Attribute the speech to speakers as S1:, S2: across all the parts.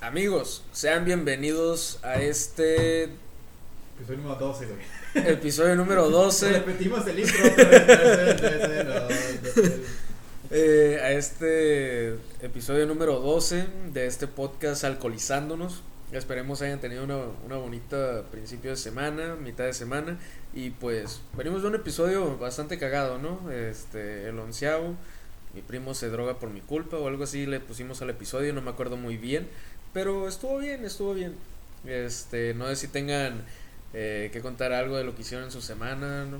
S1: Amigos, sean bienvenidos a este
S2: Episodio número 12, güey.
S1: episodio número 12,
S2: Repetimos el intro. otra vez, tres, tres, tres, no, dos, tres.
S1: eh, a este episodio número 12 de este podcast Alcoholizándonos. Esperemos hayan tenido una, una bonita principio de semana, mitad de semana. Y pues venimos de un episodio bastante cagado, ¿no? Este, el onceavo, mi primo se droga por mi culpa o algo así le pusimos al episodio, no me acuerdo muy bien. Pero estuvo bien, estuvo bien. Este, no sé si tengan eh, que contar algo de lo que hicieron en su semana, ¿no?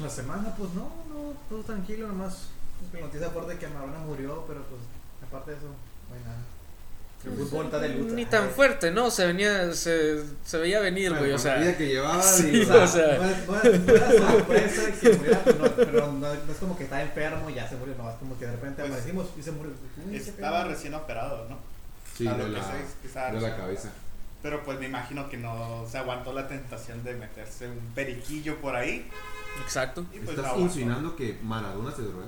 S2: Una semana, pues no, no, todo tranquilo, nomás. pues, Mi noticia fuerte que Maradona murió, pero pues, aparte de eso, no hay nada. El fútbol está de luta.
S1: Ni tan fuerte, ¿no? Se venía, se, se veía venir, güey, o sea.
S3: vida que llevaba
S1: sí,
S3: y,
S2: O
S1: o
S2: sea,
S1: sea.
S2: no es- no es- no era sorpresa que muriera, pero, no, pero no, no es como que está enfermo y ya se murió, no, es como que de repente
S4: Pues,
S2: amanecimos y se murió. Uy, qué
S4: Estaba
S2: pedo.
S4: recién operado, ¿no?
S3: sí,
S4: A lo
S3: de,
S4: que
S3: la,
S4: sé es que estaba
S3: de la
S4: recién
S3: cabeza.
S4: Pero pues me imagino que no se aguantó la tentación de meterse un periquillo por ahí.
S1: Exacto.
S4: Y pues no
S3: ¿Estás
S4: aguantó.
S3: insinuando que Maradona se drogaba?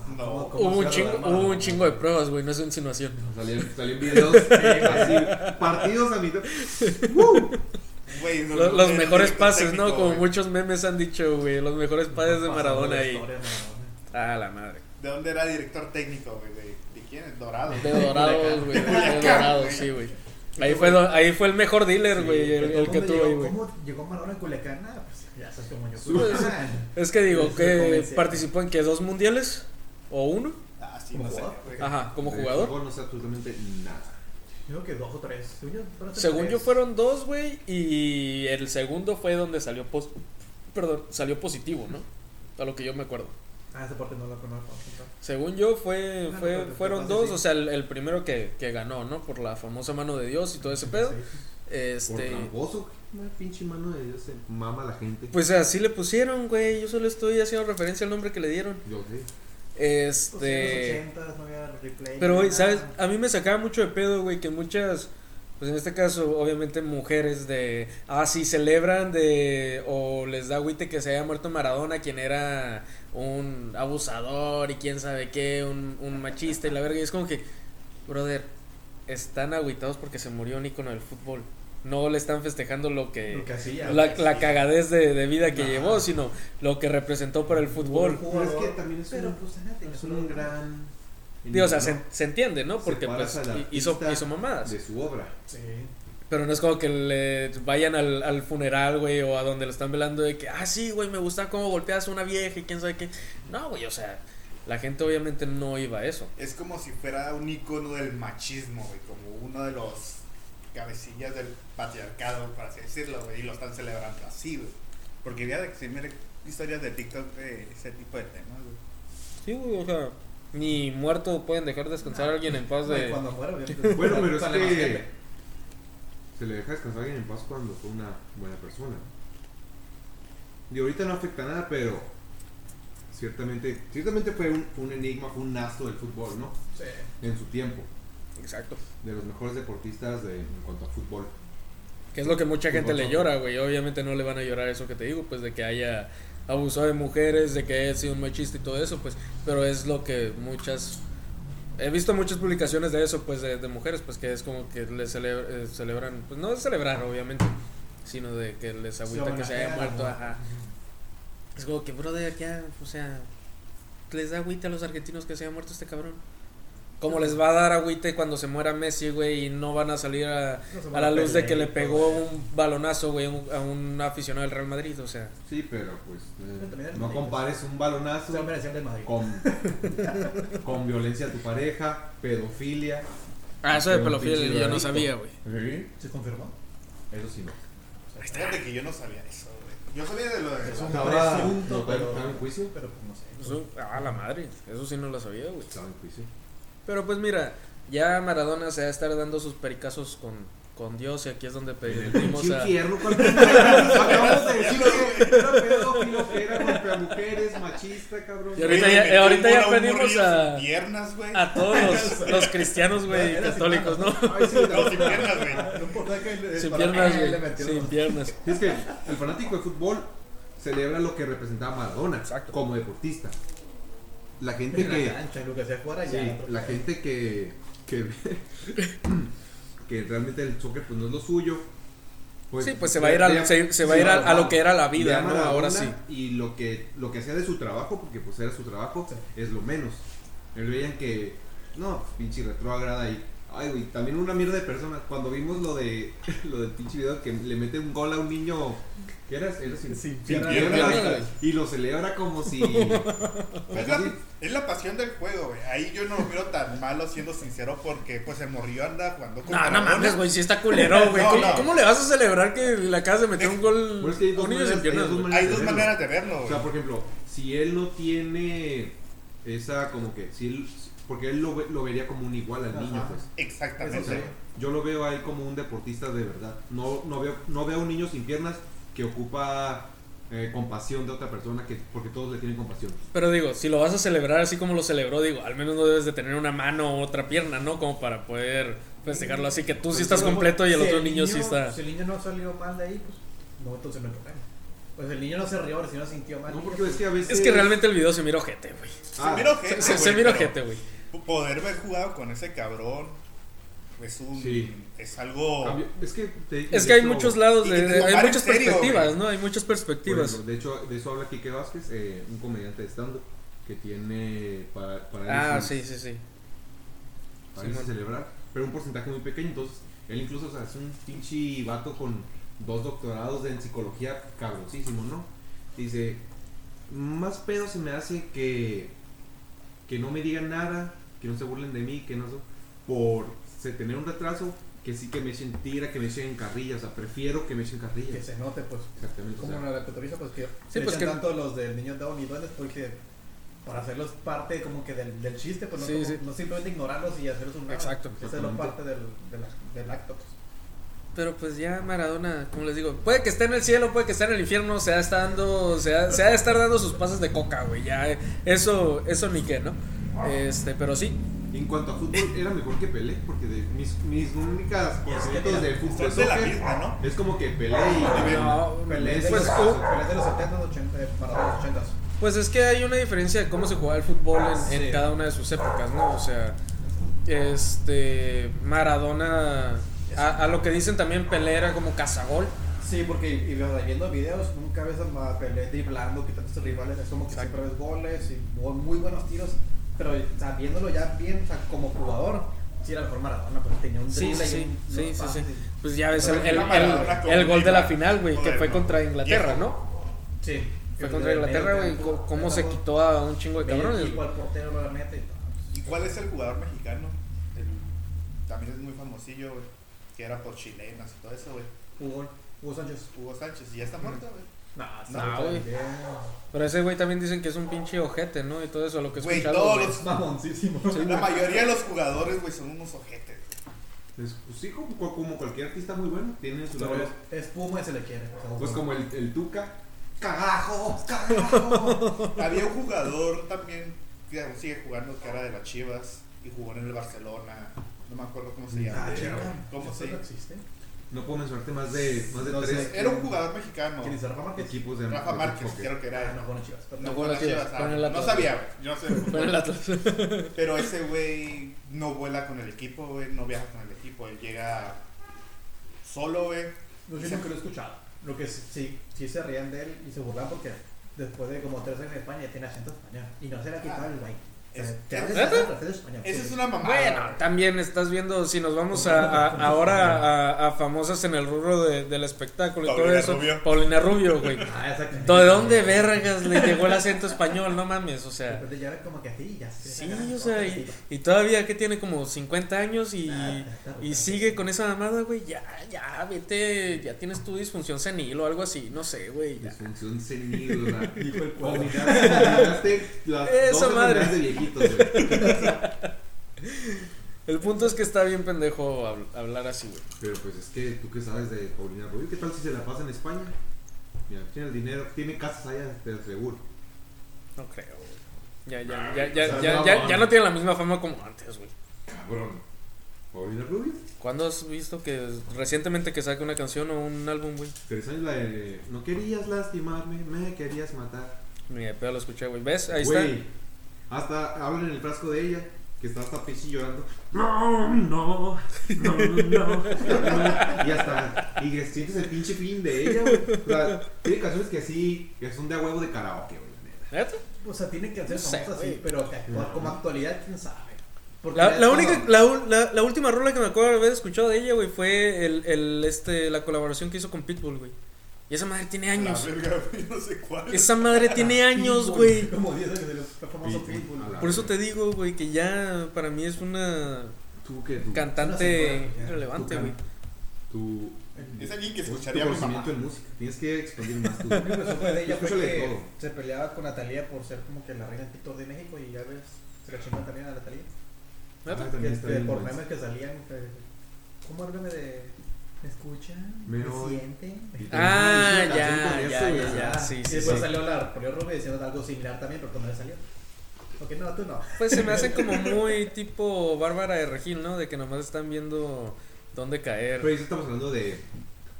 S2: Ah,
S4: No.
S2: ¿cómo- cómo
S1: Hubo
S2: se
S1: un,
S2: va a
S1: chingo,
S2: rodar,
S1: hubo
S2: mano?
S1: un chingo de pruebas, güey, no es insinuación.
S3: Salían, salían videos así, partidos a mitad. ¡Uh!
S4: Güey, no-
S1: Lo- Los,
S4: no tiene
S1: mejores
S4: director
S1: pases,
S4: técnico,
S1: ¿no? Como
S4: güey.
S1: muchos memes han dicho, güey, los mejores pases de
S2: Pasando
S1: Maradona
S2: la
S1: ahí.
S2: historia de Maradona.
S1: Ah, la madre.
S4: ¿De dónde era director técnico, güey? ¿De, de quién? ¿El Dorado.
S1: De dorados, güey, de dorados, sí, güey. Ahí fue, do- ahí fue el mejor dealer,
S3: Sí,
S1: güey, el,
S2: Pero
S1: el
S2: ¿cómo
S1: que
S2: le
S1: tuvo
S2: llegó-
S1: ahí, güey.
S2: ¿Cómo llegó Maradona a Culiacán? Ah, pues ya sabes cómo yo. Ah,
S3: Su-
S2: Culiacán.
S1: Es que digo
S2: Eso
S1: que
S2: convencía.
S1: participó en que dos mundiales o uno,
S4: Ah, sí,
S2: ¿Como
S4: no sé,
S2: jugador?
S4: güey.
S1: ajá, como
S3: De
S1: jugador.
S3: fútbol no sé absolutamente nada.
S2: Yo creo que dos o tres. Según yo, fueron tres.
S1: Según yo fueron dos, güey, y el segundo fue donde salió pos perdón, salió positivo, ¿no? A lo que yo me acuerdo.
S2: Ah, ese parte no lo conozco. entonces.
S1: Según yo fue,
S2: Ah,
S1: fue
S2: no, pero
S1: fueron
S2: entonces
S1: dos,
S2: sí.
S1: o sea, el, el primero que, que ganó, ¿no? Por la famosa mano de Dios y todo ese pedo.
S2: Pues,
S3: Por
S1: Este,
S3: tramposo, una pinche mano de Dios se mama a la gente.
S1: pues así le pusieron, güey. Yo solo estoy haciendo referencia al nombre que le dieron.
S3: Yo sé.
S2: Pues, en
S1: Este,
S2: los 80s no había replay.
S1: Pero,
S2: no
S1: güey,
S2: había
S1: ¿sabes?
S2: nada.
S1: A mí me sacaba mucho de pedo, güey, que muchas, pues en este caso, obviamente mujeres de, ah, sí, celebran de, o les da agüite que se haya muerto Maradona, quien era un abusador y quién sabe qué, un, un machista y la verga. Y es como que, brother, están agüitados porque se murió un ícono del fútbol. No le están festejando lo
S2: Lo
S1: que...
S2: que hacía.
S1: La,
S4: que
S1: la
S4: sí.
S1: cagadez de, de vida que
S2: Ajá.
S1: llevó, sino lo que representó para el fútbol.
S3: Pero es que también es
S2: Pero,
S3: un-
S2: pues, fíjate que
S3: Es
S2: solo
S3: un gran.
S1: Digo, o sea,
S3: ¿no?
S1: se, se entiende, ¿no?
S3: Se
S1: Porque
S3: paras
S1: pues,
S3: a la
S1: hi- hizo,
S3: pista
S1: hizo mamadas.
S3: De su obra.
S2: Sí.
S1: Pero no es como que le vayan al, al funeral, güey, o a donde lo están velando de que, ah, sí, güey, me gusta cómo golpeas a una vieja y quién sabe qué. No, güey, o sea, la gente obviamente no iba a eso.
S4: Es como si fuera un icono del machismo, güey. Como uno de los cabecillas del patriarcado, por así decirlo, güey. Y lo están celebrando así, güey. Porque ya de que se mire historias de TikTok de ese tipo de temas, güey.
S1: Sí, güey, o sea, ni muerto pueden dejar descansar a alguien en paz
S2: Güey,
S1: de...
S2: Cuando fuera,
S3: Bueno, pero es
S2: sale más
S3: que
S2: gente.
S3: se le deja descansar a alguien en paz cuando fue una buena persona. Y ahorita no afecta nada, pero ciertamente, ciertamente fue un, fue un enigma, fue un nazo del fútbol, ¿no?
S2: Sí.
S3: En su tiempo,
S1: Exacto.
S3: de los mejores deportistas de- en cuanto a fútbol.
S1: Que es lo que mucha gente le
S3: Ujú.
S1: llora, güey. Obviamente no le van a llorar eso que te digo, pues de que haya abusado de mujeres, de que haya sido un machista y todo eso, pues. Pero es lo que muchas... He visto muchas publicaciones de eso, pues, de, de mujeres, pues, que es como que le cele- eh, celebran... Pues no es celebrar, obviamente, sino de que les agüita que se haya
S2: homenajea
S1: muerto,
S2: la-
S1: ajá. Es como que, brother, ya, o sea... Les da agüita a los argentinos que se haya muerto este cabrón. Como les va a dar agüita cuando se muera Messi, güey, y no van a salir a...
S2: No se
S1: A
S2: van
S1: la luz de que le
S2: pelear,
S1: pegó
S2: güey.
S1: un balonazo, güey, a un- a un aficionado del Real Madrid, o sea.
S3: Sí, pero pues eh,
S2: Pero también
S3: no
S2: era-
S3: compares un
S2: Se lo
S3: balonazo
S2: merecían del Madrid.
S3: con, con violencia a tu pareja, pedofilia.
S1: Ah, eso de
S3: Pero un
S1: pedofilia
S3: pinche
S1: yo no
S3: drogadicto.
S1: sabía, güey.
S3: ¿Sí?
S2: ¿Se confirmó?
S3: Eso sí no.
S4: Fíjate que yo no sabía eso, güey. Yo sabía de lo de.
S2: Es un
S3: Ahora,
S2: presunto,
S3: ¿no puede
S2: pero.
S3: estar en juicio?
S2: Pero pues no sé.
S1: Eso- ah, la madre, eso sí no lo sabía, güey.
S3: Estaba en juicio.
S1: Pero pues mira, ya Maradona se va a estar dando sus pericazos con, con Dios y aquí es donde pedimos a...
S3: infierno con Acabamos de decir que era pedófilo, que era golpea mujeres, machista, cabrón.
S1: Y ahorita ya-
S4: Güey, le metió
S1: ahorita
S4: un
S1: ya
S4: bola un
S1: aprendimos
S4: morrillo
S1: a-
S4: sin piernas, güey.
S1: A todos los, los cristianos, güey,
S2: Era sin
S1: católicos, ¿no?
S3: Ay, sí,
S4: No,
S3: la-
S4: sin piernas, güey.
S2: No importa que le
S1: Sin
S2: dispararan,
S1: piernas,
S2: le
S1: güey.
S2: metieron
S1: Sin
S2: los-
S1: piernas.
S3: Es que el fanático de fútbol celebra lo que representaba Maradona
S1: Exacto.
S3: como deportista. La gente
S2: En la
S3: que
S2: cancha, lo que se fuera
S3: sí,
S2: ya.
S3: la gente que que, que realmente el soccer pues no es lo suyo.
S1: Sí, pues se va a ir al-
S3: ya-
S1: se- se va a ir al- a lo que era la vida,
S3: llama
S1: ¿no?
S3: la
S1: Ahora
S3: onda Y lo que, lo que hacía de su trabajo, porque pues era su trabajo, es lo menos. Él veían que, no, pues, pinche retroagrada y, ay, güey, también una mierda de personas. Cuando vimos lo de, lo del pinche video que le mete un gol a un niño, ¿qué era? Era sin,
S2: Sin
S3: sin
S2: piernas.
S3: piernas,
S1: Piernas.
S3: y lo celebra como si...
S4: Es la, es la pasión del juego, güey. Ahí yo no lo miro tan malo, siendo sincero, porque pues el morrillo anda jugando con
S1: No, no
S4: huevones.
S1: mames, güey, si está culero, güey.
S4: No,
S1: ¿Cómo,
S4: no.
S1: cómo le vas a celebrar que le acabas de meter un gol
S3: Bueno, es que
S1: a
S3: hay dos
S1: un niño sin
S3: maneras- hay
S1: piernas?
S3: dos
S1: güey?
S3: maneras
S4: Hay
S3: de
S4: dos
S3: verlo.
S4: maneras de verlo, güey.
S3: O sea, por ejemplo, si él no tiene esa como que, si él, porque él lo, ve- lo vería como un igual al niño,
S2: Ajá.
S3: pues. O
S4: Exactamente.
S3: sea, yo lo veo a él como un deportista de verdad. No, no veo, no veo a un niño sin piernas que ocupa eh, compasión de otra persona, que, porque todos le tienen compasión.
S1: Pero digo, si lo vas a celebrar así como lo celebró, digo, al menos no debes de tener una mano o otra pierna, ¿no? Como para poder festejarlo así, que tú sí
S3: Pues
S1: estás
S3: sí, güey.
S1: completo y el
S2: Si
S1: otro niño sí está...
S2: Si el niño no salió mal de ahí, pues no, entonces no hay problema. Pues el niño no se rió, si no sintió mal.
S3: No, porque es que a veces...
S1: Es que realmente el video se mira ojete, güey.
S3: Ah,
S4: se mira ojete,
S1: Se, se, se
S4: güey,
S1: mira
S4: pero
S1: ojete, güey.
S4: Poder haber jugado con ese cabrón es un.
S3: Sí.
S4: Es algo.
S3: cambio- es que, te-
S1: Es
S3: de
S1: que hay
S3: hecho-
S1: muchos lados,
S4: y
S1: de-
S4: que
S1: de- hay
S4: jugar en
S1: muchas
S4: serio,
S1: perspectivas,
S4: güey.
S1: ¿no? Hay muchas
S3: Por
S1: perspectivas.
S3: ejemplo, de hecho, de eso habla Quique Vázquez, eh, un comediante de stand-up que tiene para, para
S1: Ah,
S3: él
S1: sí, sí, sí.
S3: para irse a
S1: Simón.
S3: celebrar, pero un porcentaje muy pequeño. Entonces, él incluso o sea, es un pinche vato con dos doctorados en psicología cabrosísimo, ¿no? Dice, más pedo se me hace que, que no me digan nada, que no se burlen de mí, que no... so- Por se- tener un retraso, que sí que me echen tira, que me echen carrilla, o sea, prefiero que me echen carrilla.
S2: Que se note, pues.
S3: Exactamente. o
S2: Como
S3: sea,
S2: la cotoriza, pues que.
S1: Sí,
S2: Sí,
S1: pues
S2: pues
S1: que-
S2: tanto los del niño Down y Duendes, porque. Para hacerlos parte como que del, del chiste, pues no,
S1: Sí,
S2: como-
S1: sí.
S2: no simplemente ignorarlos y hacerlos un. nada.
S1: Exacto.
S2: Es Hacerlo parte del, del, del acto, pues.
S1: Pero pues ya Maradona, como les digo, puede que esté en el cielo, puede que esté en el infierno, se ha, está dando, se ha, se ha de estar dando sus pases de coca, güey. Ya, eh, eso, eso ni qué, ¿no? Este, pero sí,
S3: En cuanto a fútbol, era mejor que Pelé, porque de mis, mis únicas conocimientos de fútbol
S4: son de la
S3: soccer,
S4: misma, ¿no? Ah,
S3: es como que Pelé y...
S1: No,
S2: Pelé
S3: Pelé
S2: de
S3: pues,
S2: los,
S3: tú-
S2: Pelé de los 70, 80, eh, Maradona de los 80.
S1: Pues es que hay una diferencia de cómo se jugaba el fútbol en, en
S2: Ah, Sí.
S1: cada una de sus épocas, ¿no? O sea, este Maradona, a, a lo que dicen también Pelé era como cazagol.
S2: Sí, porque y, y, o sea, viendo videos nunca ves a Pelé driblando, quitando a sus rivales, es como que
S1: Exacto.
S2: siempre ves goles y bu- muy buenos tiros, pero o sea, viéndolo ya bien, o sea, como jugador, sí era mejor Maradona, pues tenía un
S1: Sí,
S2: drible
S1: sí,
S2: y
S1: sí,
S2: un-
S1: sí,
S2: unos
S1: sí, sí.
S2: pases y-
S1: Pues ya ves el,
S4: Pero
S1: el-
S4: la Maradona
S1: el-
S4: con
S1: el gol de la
S4: Neymar,
S1: final, güey, que
S4: joder,
S1: fue
S4: no.
S1: contra Inglaterra,
S4: Viejo.
S1: ¿no?
S2: Sí.
S1: Fue
S2: El
S1: contra
S2: del
S1: Inglaterra,
S2: medio
S1: güey,
S2: campo,
S1: co- cómo se
S2: luego
S1: quitó a un chingo de
S2: medio
S1: cabrones.
S2: equipo, al portero lo mete y ah, todo.
S4: ¿Y cuál es el jugador mexicano? El- también es muy famosillo, güey. Que era por chilenas y todo eso, güey.
S2: Hugo, Hugo Sánchez.
S4: Hugo Sánchez. Y ya está muerto, güey.
S2: No,
S1: No, Ah, güey. Pero ese güey también dicen que es un pinche ojete, ¿no? Y todo eso, lo que he
S4: Güey,
S1: escuchado.
S4: todos
S1: güey.
S4: los-
S2: Mamoncísimo.
S4: La mayoría de los jugadores, güey, son unos ojetes.
S3: Es, pues sí, como, como cualquier artista muy bueno, tiene su
S2: Pero
S3: labor.
S2: es- es Puma y se le quiere. o sea,
S3: Pues
S2: Hugo.
S3: como el, el Tuca. ¡Cagajo! ¡Cagajo!
S4: Había un jugador también que aún sigue jugando, que era de las Chivas y jugó en el Barcelona. No me acuerdo cómo se llama.
S2: Ah,
S4: Era-
S2: chinga.
S4: ¿Cómo se
S2: ¿Eso no
S4: llama?
S2: existe?
S3: No puedo mencionarte más de, más de
S2: No sé.
S3: tres
S4: Era un jugador mexicano.
S2: ¿Quién es Rafa Márquez?
S3: equipos de
S4: Rafa
S3: de
S4: Márquez,
S3: hockey.
S4: creo que
S2: Ah,
S4: era.
S2: no, bueno, chivas. perdón.
S1: No juega en las Chivas,
S4: ah,
S1: juega en el
S4: no
S1: Atlas.
S4: sabía, güey, yo no sé.
S1: Fue en el Atlas.
S4: Pero ese güey no vuela con el equipo, güey, no viaja con el equipo, él llega solo, güey.
S2: No sé nunca lo he escuchado. Lo que sí- sí, sí se reían de él y se burlaban porque después de como tres años en España ya tiene acento español. Y no se le ha quitado el güey. O sea,
S4: Es-
S2: te haces
S1: ¿Neta?
S2: acento acento español.
S4: Esa
S2: sí.
S4: es una mamada.
S1: Bueno, también estás viendo, si nos vamos a, a- ahora a, a famosas en el rubro de- del espectáculo y todo
S4: Paulina
S1: eso.
S4: Rubio.
S1: Paulina Rubio, güey.
S2: Ah, exactamente.
S1: ¿De dónde vergas le llegó el acento español? No mames, o sea.
S2: Después de ya como que así ya se
S1: Sí,
S2: sacan
S1: o sea,
S2: cosas.
S1: y, y todavía que tiene como 50 años y, y sigue con esa mamada, güey. Ya, ya, vete, ya tienes tu disfunción senil o algo así, no sé, güey. ya.
S3: Disfunción senil, o sea,
S2: Dijo el cuadro.
S3: Combinaste las
S1: Esa
S3: dos
S1: madre.
S3: enfermedades de viejitos, güey.
S1: El punto es que está bien pendejo hab- hablar así, güey.
S3: Pero pues es que tú qué sabes de Paulina Rubio. ¿Qué tal si se la pasa en España? Mira, tiene el dinero, tiene casas allá, te lo aseguro.
S1: No creo, güey. Ya, ya, ya, ya,
S3: seas
S1: ya, ya,
S3: mamón.
S1: ya no tiene la misma fama como antes, güey.
S3: Cabrón. Paulina Rubio.
S1: ¿Cuándo has visto que recientemente que saque una canción o un álbum, güey?
S3: Tres años la de. No querías lastimarme, me querías matar.
S1: Mira, pero lo escuché, güey. ¿Ves? Ahí
S3: Güey, hasta hablan en el frasco de ella. que estaba hasta Pichi llorando. No, no, no, no. y hasta, y que sientes el pinche fin de ella, güey. O sea, tiene canciones que sí, que son de a huevo de karaoke, güey, la neta.
S1: ¿Neta?
S2: O sea, tiene que hacer
S1: No sé,
S2: famosas así,
S1: güey.
S2: pero que actua- como actualidad, quién sabe. Porque
S1: La, la
S2: ya
S1: única,
S2: cuando-
S1: la, u- la- la última rola que me acuerdo de haber escuchado de ella, güey, fue el, el, este, la colaboración que hizo con Pitbull, güey. Y esa madre tiene años.
S4: La verga, güey, no sé cuál.
S1: Esa madre tiene años,
S2: Pitbull,
S1: güey.
S2: Como 10 años de los fue famoso
S3: Pitbull,
S2: Pitbull.
S3: a
S2: güey.
S3: la-
S1: Por eso te digo, güey, que ya para mí es una
S3: Tú que tu,
S1: cantante
S2: señora, ya,
S1: relevante,
S3: tu
S1: güey.
S3: tu,
S4: Es alguien que
S3: tu
S4: escucharía a mi mamá.
S3: conocimiento en música. Tienes que expandir más tú.
S2: Lo que supe de ella fue
S3: Escúchale
S2: que
S3: todo.
S2: se peleaba con Natalia por ser como que la reina del TikTok de México y ya ves, se la chingó también a Natalia.
S1: ¿Neta?
S3: Ah,
S2: Que
S3: también está
S2: este,
S3: bien
S2: por
S3: bueno.
S2: memes que salían, que- ¿cómo háblame de. ¿Me escucha?
S3: Me
S2: ¿Me
S3: oye.
S2: siente?
S1: Ah,
S3: Hizo una
S1: ya,
S3: canción con
S1: ya,
S3: eso,
S1: ya,
S3: güey.
S1: ya.
S2: Ah,
S1: sí,
S2: y
S1: sí,
S2: después
S1: sí.
S2: salió la Polio Rubio diciendo algo similar también, pero cuando le salió. Ok, no, tú no.
S1: Pues se me hace como muy tipo Bárbara de Regil, ¿no? De que nomás están viendo dónde caer.
S3: Pero ahí sí estamos hablando de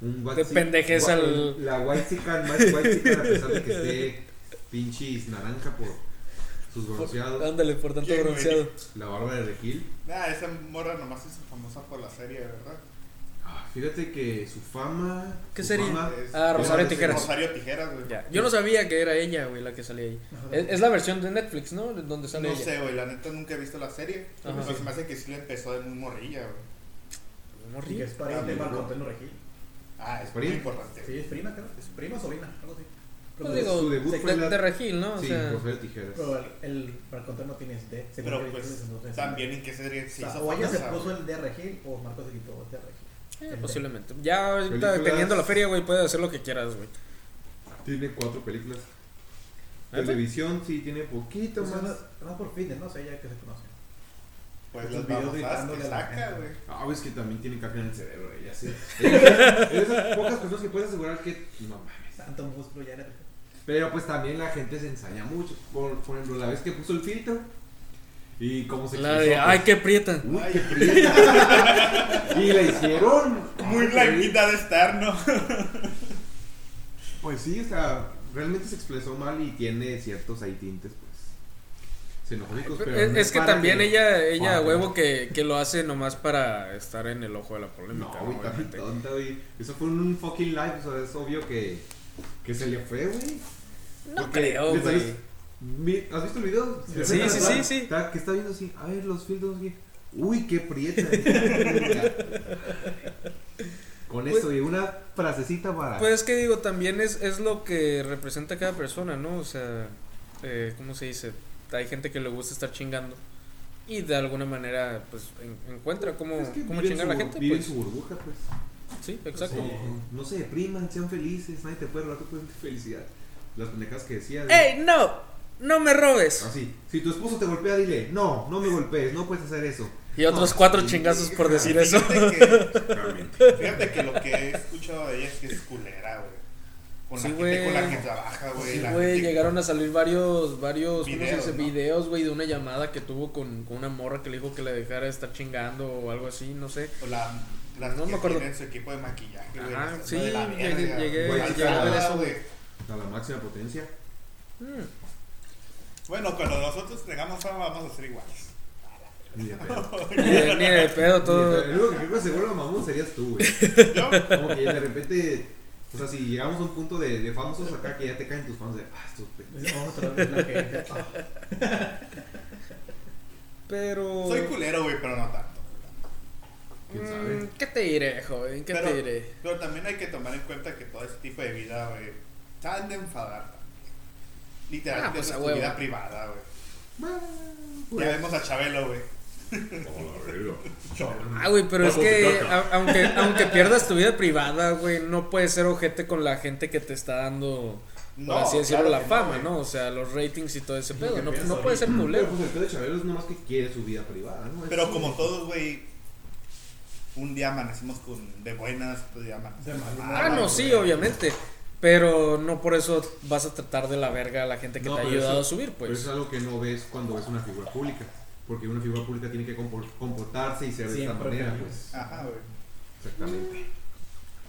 S3: un
S1: De
S3: chick-
S1: pendejez
S3: gua-
S1: al-
S3: La white chican más white chican a pesar de que esté pinches naranja por sus bronceados.
S1: Ándale, por tanto
S4: ¿Quién, güey?
S1: bronceado.
S3: La barba de regil.
S4: Nah, esa morra nomás es famosa por la serie, ¿verdad?
S3: Ah, fíjate que su fama.
S1: ¿Qué
S3: su
S1: serie?
S3: fama-
S4: Es-
S1: Ah, Rosario
S4: es
S1: Tijeras.
S4: Rosario Tijeras, güey.
S1: Ya. Yo no sabía que era ella, güey, la que salía ahí. Es, es la versión de Netflix, ¿no? Donde sale
S4: No
S1: ella.
S4: sé, güey, la neta nunca he visto la serie.
S1: Ajá.
S4: Pero se me hace que sí le empezó de muy morrilla, güey.
S2: Y que
S1: Morrillo.
S2: es pariente de Marco Antonio Regil.
S4: Ah, es muy
S3: ¿Prima?
S4: importante.
S2: Sí, es prima, creo. Es prima o sobrina, algo así. Pero,
S1: Pues digo,
S3: su debut
S1: de,
S3: fue la-
S1: de Regil, ¿no? Ah, O
S3: Sí,
S1: sea,
S3: Rosario Tijeras.
S4: Oh,
S2: pero el, el Marco Antonio no tiene D. según
S4: Pero
S2: que
S4: pues,
S2: dicen, no tiene
S4: también en qué serie se
S2: O sea,
S4: hizo
S2: o ella se
S4: famosa,
S2: puso
S4: güey.
S2: el de Regil o Marco se quitó el de Regil.
S1: eh, posiblemente. Ya ahorita
S3: Películas.
S1: teniendo la feria, güey, puedes hacer lo que quieras, güey.
S3: Tiene cuatro películas.
S1: ¿Neta?
S3: Televisión, sí, tiene poquito
S2: Entonces,
S3: más.
S2: más, más por fitness, no sé, ya que se conoce.
S4: Pues
S2: Esos
S4: los
S2: videos
S4: videos
S2: gritándole
S4: que
S2: a la
S4: saca,
S2: gente.
S4: güey.
S3: Ah, es que también tiene caca en el cerebro, ella sí. Ella es- es de esas pocas personas que puedes asegurar que. No mames.
S2: Tanto músculo ya era.
S3: Pero pues también la gente se ensaña mucho. Por, por ejemplo, la vez que puso el filtro. Y cómo se
S1: La
S3: expresó,
S1: de,
S3: pues,
S1: ay, qué prieta.
S3: Uy,
S4: Ay.
S3: qué prieta. y la hicieron.
S4: Muy
S3: Ay,
S4: blanquita de estar, ¿no?
S3: Pues sí, o sea, realmente se expresó mal y tiene ciertos ahí tintes, pues. Xenofóbicos, pues, pero.
S1: Es,
S3: no
S1: es que
S3: para
S1: también ella, ella
S3: para
S1: a
S3: que-
S1: huevo que, que lo hace nomás para estar en el ojo de la polémica.
S3: No, güey, está bien
S1: obviamente.
S3: tonta, güey. Eso fue un fucking live, o sea, es obvio que. Que se le fue, güey.
S1: No
S3: Porque
S1: creo,
S3: les
S1: güey.
S3: habéis- vi- ¿Has visto el video?
S2: Sí,
S3: Se
S2: sí,
S3: ve
S2: sí,
S3: natural.
S1: sí.
S3: Está- que está viendo así, a ver, los filtros, güey. Uy, qué prieta. Con
S1: Pues-
S3: eso, y una frasecita para.
S1: Pues es que digo, también es, es lo que representa cada persona, ¿no? O sea, eh, ¿cómo se dice? Hay gente que le gusta estar chingando y de alguna manera, pues, en- encuentra cómo,
S3: Es que
S1: cómo
S3: viven
S1: chingar a
S3: su-
S1: la gente.
S3: Viven
S1: Pues,
S3: su burbuja, pues.
S1: sí, exacto.
S3: Sí. No se depriman, sean felices, nadie te puede robar tu fuente de felicidad. Las pendejas que decías.
S1: ¡Ey, no! ¡No me robes!
S3: Así, si tu esposo te golpea, dile, no, no me golpees, no puedes hacer eso.
S1: Y otros
S3: No,
S1: cuatro
S3: sí,
S1: chingazos por
S3: claro.
S1: decir eso.
S4: Fíjate
S3: Realmente.
S4: que, fíjate que lo que he escuchado de ella es que es culera, güey. Con
S1: Sí,
S4: la gente con la
S1: güey.
S4: que trabaja, güey.
S1: Sí,
S4: la
S1: güey,
S4: gente-
S1: llegaron a salir varios, varios, ¿cómo se
S4: Videos,
S1: dice?
S4: ¿no?
S1: videos, güey, de una llamada que tuvo con, con una morra que le dijo que le dejara de estar chingando o algo así, no sé.
S4: o la, las
S1: No
S4: que
S1: me acuerdo.
S4: tienen su equipo de maquillaje, güey.
S1: Ajá,
S4: las-
S1: sí,
S4: de la
S1: llegué-
S4: verga,
S1: llegué-
S4: güey,
S3: llegué
S4: la
S3: a ver
S4: nada,
S1: eso,
S4: güey.
S3: A la máxima potencia.
S1: Mm.
S4: Bueno, cuando nosotros tengamos fama vamos a ser iguales.
S3: Ni de pedo.
S1: Ni de- ni de pedo,
S3: Ni de
S1: todo.
S3: pedo. El único que creo que se vuelve mamón serías tú, güey.
S4: Yo,
S3: Como que de repente, o sea, si llegamos a un punto de, de famosos acá que ya te caen tus fans de, ah, estos pendejos.
S2: Vamos a traer la que. ah,
S1: Pero.
S4: soy culero, güey, pero no tanto.
S3: ¿Quién sabe?
S1: Mm, ¿Qué te diré, joven? ¿Qué
S4: Pero-
S1: te diré?
S4: Pero también hay que tomar en cuenta que todo ese tipo de vida, güey, se han de enfadar también.
S1: Ah,
S4: Literalmente
S1: pues,
S4: esa
S1: a
S4: es tu
S1: huevo.
S4: vida privada, güey.
S3: Bueno,
S4: Ya
S3: pues.
S4: vemos a Chabelo, güey.
S1: Ah, güey, pero es que a- aunque, aunque pierdas tu vida privada, güey, no puedes ser ojete con la gente que te está dando, por así decirlo,
S4: claro
S1: la
S4: que
S1: fama,
S4: güey.
S1: ¿no? O sea, los ratings y todo ese
S2: Lo
S1: pedo.
S2: que
S1: No,
S2: pienso
S1: no puedes ser
S3: Pero
S1: culero.
S3: pues el pedo de Chabelo es nomás que quiere su vida privada, ¿no? Es-
S4: Pero como todos, güey, un día amanecimos con de buenas, otro día
S2: De
S4: amanecimos
S2: mal
S4: con
S2: humor.
S1: Ah, no,
S4: malas,
S1: sí,
S4: güey.
S1: obviamente. Pero no por eso vas a tratar de la verga a la gente que
S3: No,
S1: te ha
S3: pero
S1: ayudado
S3: eso-
S1: a subir,
S3: Pero
S1: pues.
S3: eso es algo que no ves cuando ves una figura pública. Porque una figura pública tiene que compor- comportarse y ser de esta
S2: Siempre
S3: manera,
S2: feliz.
S3: pues.
S4: Ajá, güey.
S3: Exactamente.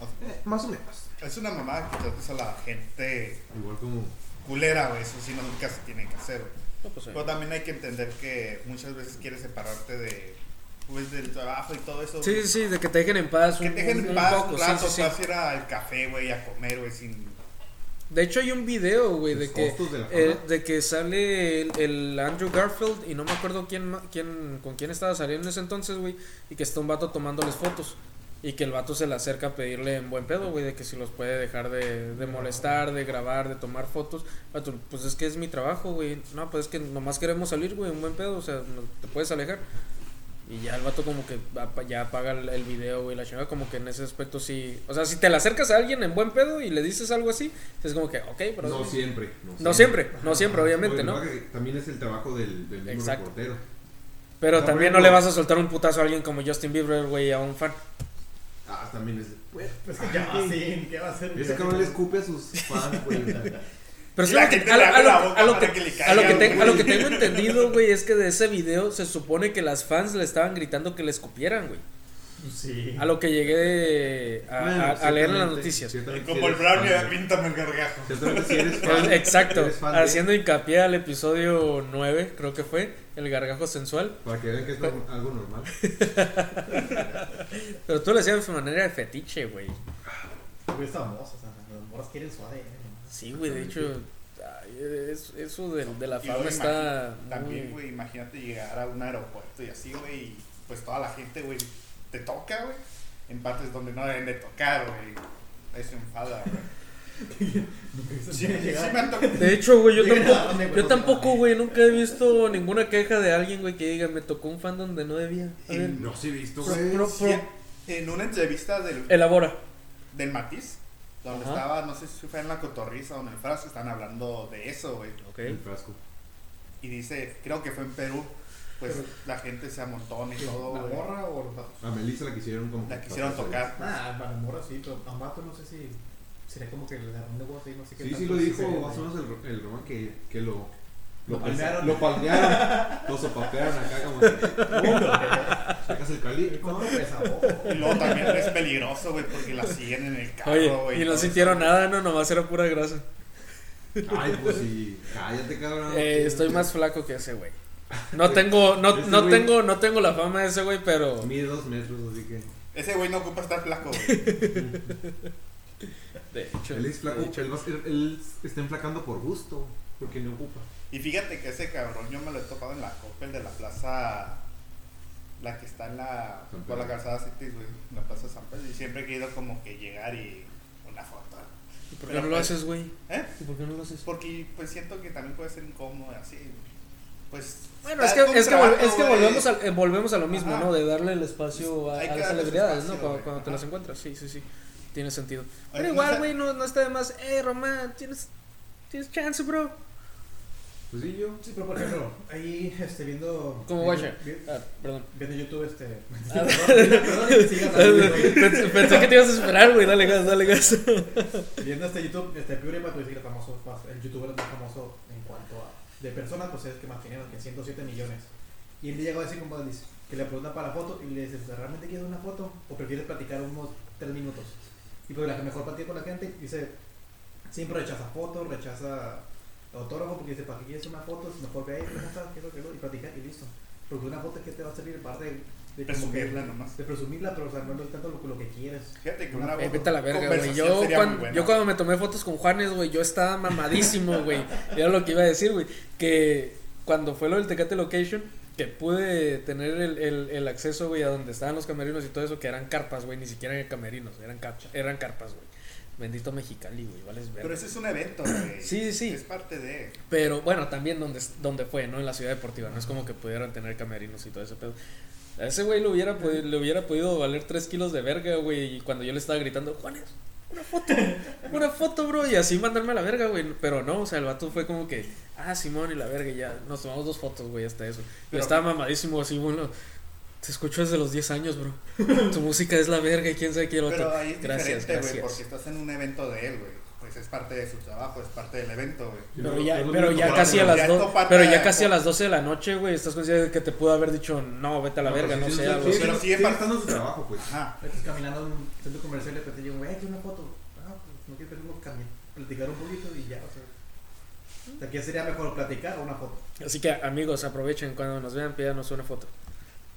S4: O sea,
S3: Eh, más o menos.
S4: Es una mamada que tratas a la gente
S3: Igual como.
S4: culera, güey. Eso sí nunca se tiene que hacer, güey.
S1: No, pues,
S4: Pero también hay que entender que muchas veces quieres separarte de pues del trabajo y todo eso.
S1: Sí, sí, sí, de que te dejen en paz.
S4: Que
S1: un-
S4: te dejen
S1: un-
S4: en
S1: un
S4: paz
S1: poco,
S4: un
S1: sí,
S4: rato,
S1: sí, sí.
S4: vas a ir al café, güey, a comer, güey, sin...
S1: De hecho, hay un video, güey, de
S3: Los
S1: que,
S3: costos de la
S1: eh,
S3: fama.
S1: de que sale el, el Andrew Garfield y no me acuerdo quién, ma- quién con quién estaba saliendo en ese entonces, güey, y que está un vato tomándoles fotos. Y que el vato se le acerca a pedirle en buen pedo, güey, de que si los puede dejar de, de molestar, de grabar, de tomar fotos. Vato, pues es que es mi trabajo, güey. No, pues es que nomás queremos salir, güey, un buen pedo, o sea, no- te puedes alejar. Y ya el vato como que apa- ya apaga el, el video, güey, la chingada, como que en ese aspecto sí... O sea, si te le acercas a alguien en buen pedo y le dices algo así, es como que, ok, pero...
S3: No siempre.
S1: No siempre, no siempre, obviamente,
S3: Porque
S1: ¿no?
S3: pasa que También es el trabajo del, del mismo
S1: Exacto.
S3: reportero.
S1: Pero
S3: No,
S1: también no
S3: por
S1: le
S3: ejemplo-
S1: vas a soltar un putazo a alguien como Justin Bieber, güey, a un fan.
S3: Ah, también es.
S2: Pues que ya va a ser, ¿qué va a hacer?
S3: Ese cabrón le escupe a sus fans, güey.
S1: Pero
S4: Y
S1: sí,
S4: la
S1: a lo que-
S4: gente
S1: a lo-
S4: le abre la
S1: a lo-
S4: boca
S1: a lo
S4: para que
S1: que
S4: le
S1: a lo que
S4: caiga,
S1: te- a lo que
S4: güey.
S1: tengo entendido, güey, es que de ese video se supone que las fans le estaban gritando que le escupieran, güey.
S2: Pues Sí.
S1: A lo que llegué a,
S3: Bueno,
S1: a- a leer en las
S3: ciertamente,
S1: noticias.
S3: ciertamente
S4: Como
S3: si
S4: el
S3: eres fan.
S4: brownie, píntame el gargajo.
S3: Ciertamente si eres
S1: Pero,
S3: fan.
S1: Exacto,
S3: eres fan de-
S1: haciendo hincapié al episodio 9, creo que fue, el gargajo sensual.
S3: Para que vean que es algo algo normal.
S1: Pero tú lo hacías de manera de fetiche, güey.
S2: Güey, es famoso, o sea, las morras quieren suave. ¿eh?
S1: Sí, güey, de hecho, ay, es- eso de, de la
S4: Y luego
S1: fama está...
S4: imagi-
S1: muy-
S4: También, güey, imagínate llegar a un aeropuerto y así, güey, y pues toda la gente, güey, te toca, güey, en partes donde no deben de tocar, güey. Eso enfada, güey. Sí, sí, me han tocado.
S1: De hecho, güey, yo
S2: Llegan a
S1: tampoco,
S2: donde, güey,
S1: yo
S2: no
S1: tampoco,
S2: mames.
S1: güey, nunca he visto ninguna queja de alguien, güey, que diga, me tocó un fan donde no debía. A ver,
S3: No sí he visto,
S1: pro-
S3: güey.
S1: pro-
S4: Sí,
S1: pro-
S4: en una entrevista del,
S1: elabora.
S4: del Matiz, donde
S1: Eh. Ajá.
S4: estaba, no sé si fue en la cotorriza o en el frasco, están hablando de eso, güey.
S3: El frasco.
S4: Y dice, creo que fue en Perú, pues la gente se amontona y
S2: ¿La
S4: todo, güey.
S2: morra o los vatos?
S3: A Melissa la quisieron como.
S4: La quisieron tocar.
S2: Nah, para la morra sí, pero a un vato no sé si sería como que le agarrón de huevos ahí, no sé qué.
S3: Sí, sí
S2: tanto,
S3: lo dijo
S2: sería,
S3: más o
S2: güey.
S3: menos el, el Román que, que lo. Lo
S2: Lo palmearon.
S3: Lo palmearon. lo sopapearon acá como. que, "Oh, Sacas el cali.
S2: ¿Cuánto pesabó?
S4: Y luego también es peligroso, güey, porque la siguen en el carro,
S1: Oye,
S4: güey.
S1: y no
S4: todo
S1: sintieron
S4: eso.
S1: nada, no, nomás era pura grasa.
S3: Ay, pues sí. Cállate, cabrón.
S1: Eh, estoy más flaco que ese, güey. No tengo, no,
S3: Ese
S1: no
S3: güey-
S1: tengo, no tengo la fama de ese, güey, pero
S3: Mide dos metros, así que.
S4: Ese güey no ocupa estar flaco, güey.
S1: de hecho,
S3: Él es flaco.
S1: de hecho,
S3: Él, va a ser- él está enflacando por gusto. Porque no ocupa.
S4: Y fíjate que ese cabrón yo me lo he topado en la Coppel de la plaza. La que está en la.
S3: San Pedro.
S4: Por la calzada City, güey. en La plaza San Pedro. Y siempre he querido como que llegar y. Una foto.
S1: ¿y por qué no lo haces, güey?
S4: ¿Eh?
S1: pues, ¿Y por qué no lo haces?
S4: Porque pues siento que también puede ser incómodo así. Pues.
S1: Bueno,
S4: da
S1: es que,
S4: tu
S1: es que, vol-
S4: trato,
S1: es que
S4: güey.
S1: volvemos, al- eh, volvemos a lo mismo,
S4: Ajá. Pues,
S1: ¿no? De darle el espacio a,
S4: Hay
S1: a
S4: que
S1: las
S4: darles
S1: celebridades, ¿no?
S4: espacio,
S1: Cuando,
S4: güey.
S1: cuando te
S4: Ajá.
S1: las encuentras, sí, sí, sí. Tiene sentido. Pero
S4: Oye,
S1: igual,
S4: no sé-
S1: güey, no, no está de más. Eh, Román, tienes, tienes chance, bro.
S3: Pues sí, yo.
S2: Sí, pero por ejemplo, ahí este, viendo.
S1: Como
S2: viendo-
S1: Watcher.
S2: vi-
S1: Ah, perdón.
S2: Viendo YouTube, este.
S1: Ah.
S2: Perdón, perdón, que sigas hablando, güey.
S1: Pensé, pensé que te ibas a esperar, güey. Dale gas, dale gas.
S2: Viendo este YouTube, este PewDiePie, pues sí, el famoso, más- el youtuber más famoso en cuanto a. De personas, pues es que más tiene que 107 millones. Y él llegó a decir, como dice, que le pregunta para la foto y le dice, ¿realmente quieres una foto? ¿O prefieres platicar unos 3 minutos? Y pues la que mejor platica con la gente, dice, siempre rechaza fotos, rechaza autógrafo, porque dice, ¿para qué quieres una foto? Si mejor ve ahí, ¿cómo estás? ¿Qué es lo que es lo? Y platica y listo. Porque una foto que te va a servir, aparte de, de como que-
S4: Presumirla nomás.
S2: De presumirla, pero o sea, no es tanto lo, lo que quieres.
S4: Fíjate que
S2: Una
S4: una
S1: Eh, vete a la verga, güey.
S4: conversación
S1: Yo,
S4: sería muy
S1: cuan-
S4: buena.
S1: yo cuando me tomé fotos con Juanes, güey, yo estaba mamadísimo, güey. Era lo que iba a decir, güey. Que cuando fue lo del Tecate Location, que pude tener el, el- el acceso, güey, a donde estaban los camerinos y todo eso, que eran carpas, güey. Ni siquiera eran camerinos, eran, cap- eran carpas, güey. Bendito Mexicali, güey. Vales verga.
S4: Pero ese es un evento, güey.
S1: Sí, sí, sí.
S4: Es parte de.
S1: Pero bueno, también donde, donde fue, ¿no? En la ciudad deportiva. No es como que pudieran tener camerinos y todo ese pedo. A ese güey le hubiera, podi- le hubiera podido valer 3 kilos de verga, güey. Y cuando yo le estaba gritando, Juanes, una foto, una foto, bro. Y así mandarme a la verga, güey. Pero no, o sea, el vato fue como que, ah, Simón y la verga. Y ya nos tomamos dos fotos, güey, hasta eso. Yo
S4: Pero-
S1: estaba mamadísimo, así, bueno. Te escucho desde los 10 años, bro. Tu música es la verga y quién sabe qué el vato.
S4: Pero ahí es
S1: Gracias,
S4: diferente, güey,
S1: gracias.
S4: porque estás en un evento de él, güey. Pues es parte de su trabajo, es parte del evento, güey.
S1: Pero
S3: Yo-
S1: ya,
S3: yo lo
S1: pero
S3: mismo
S1: ya
S3: como
S1: casi a
S3: Ramón.
S1: las
S4: Ya
S1: dos,
S4: topa-
S1: pero ya casi a las 12 de la noche, güey, estás consciente de que te pudo haber dicho, "No, vete a la
S3: No,
S1: verga,
S3: pues
S1: no
S3: sí,
S1: sé."
S3: sí,
S1: algo
S3: sí,
S1: así".
S4: así.
S3: pero
S4: Pero sí
S3: sigue
S4: par-
S3: estando su trabajo, pues.
S4: Ajá.
S2: Estás caminando en un centro comercial y de repente llego, eh, quiero una foto. Ah, pues no quiero platicar un poquito y ya, o sea. O sea, ¿qué sería mejor platicar o una foto?
S1: Así que amigos, aprovechen cuando nos vean, pídanos una foto.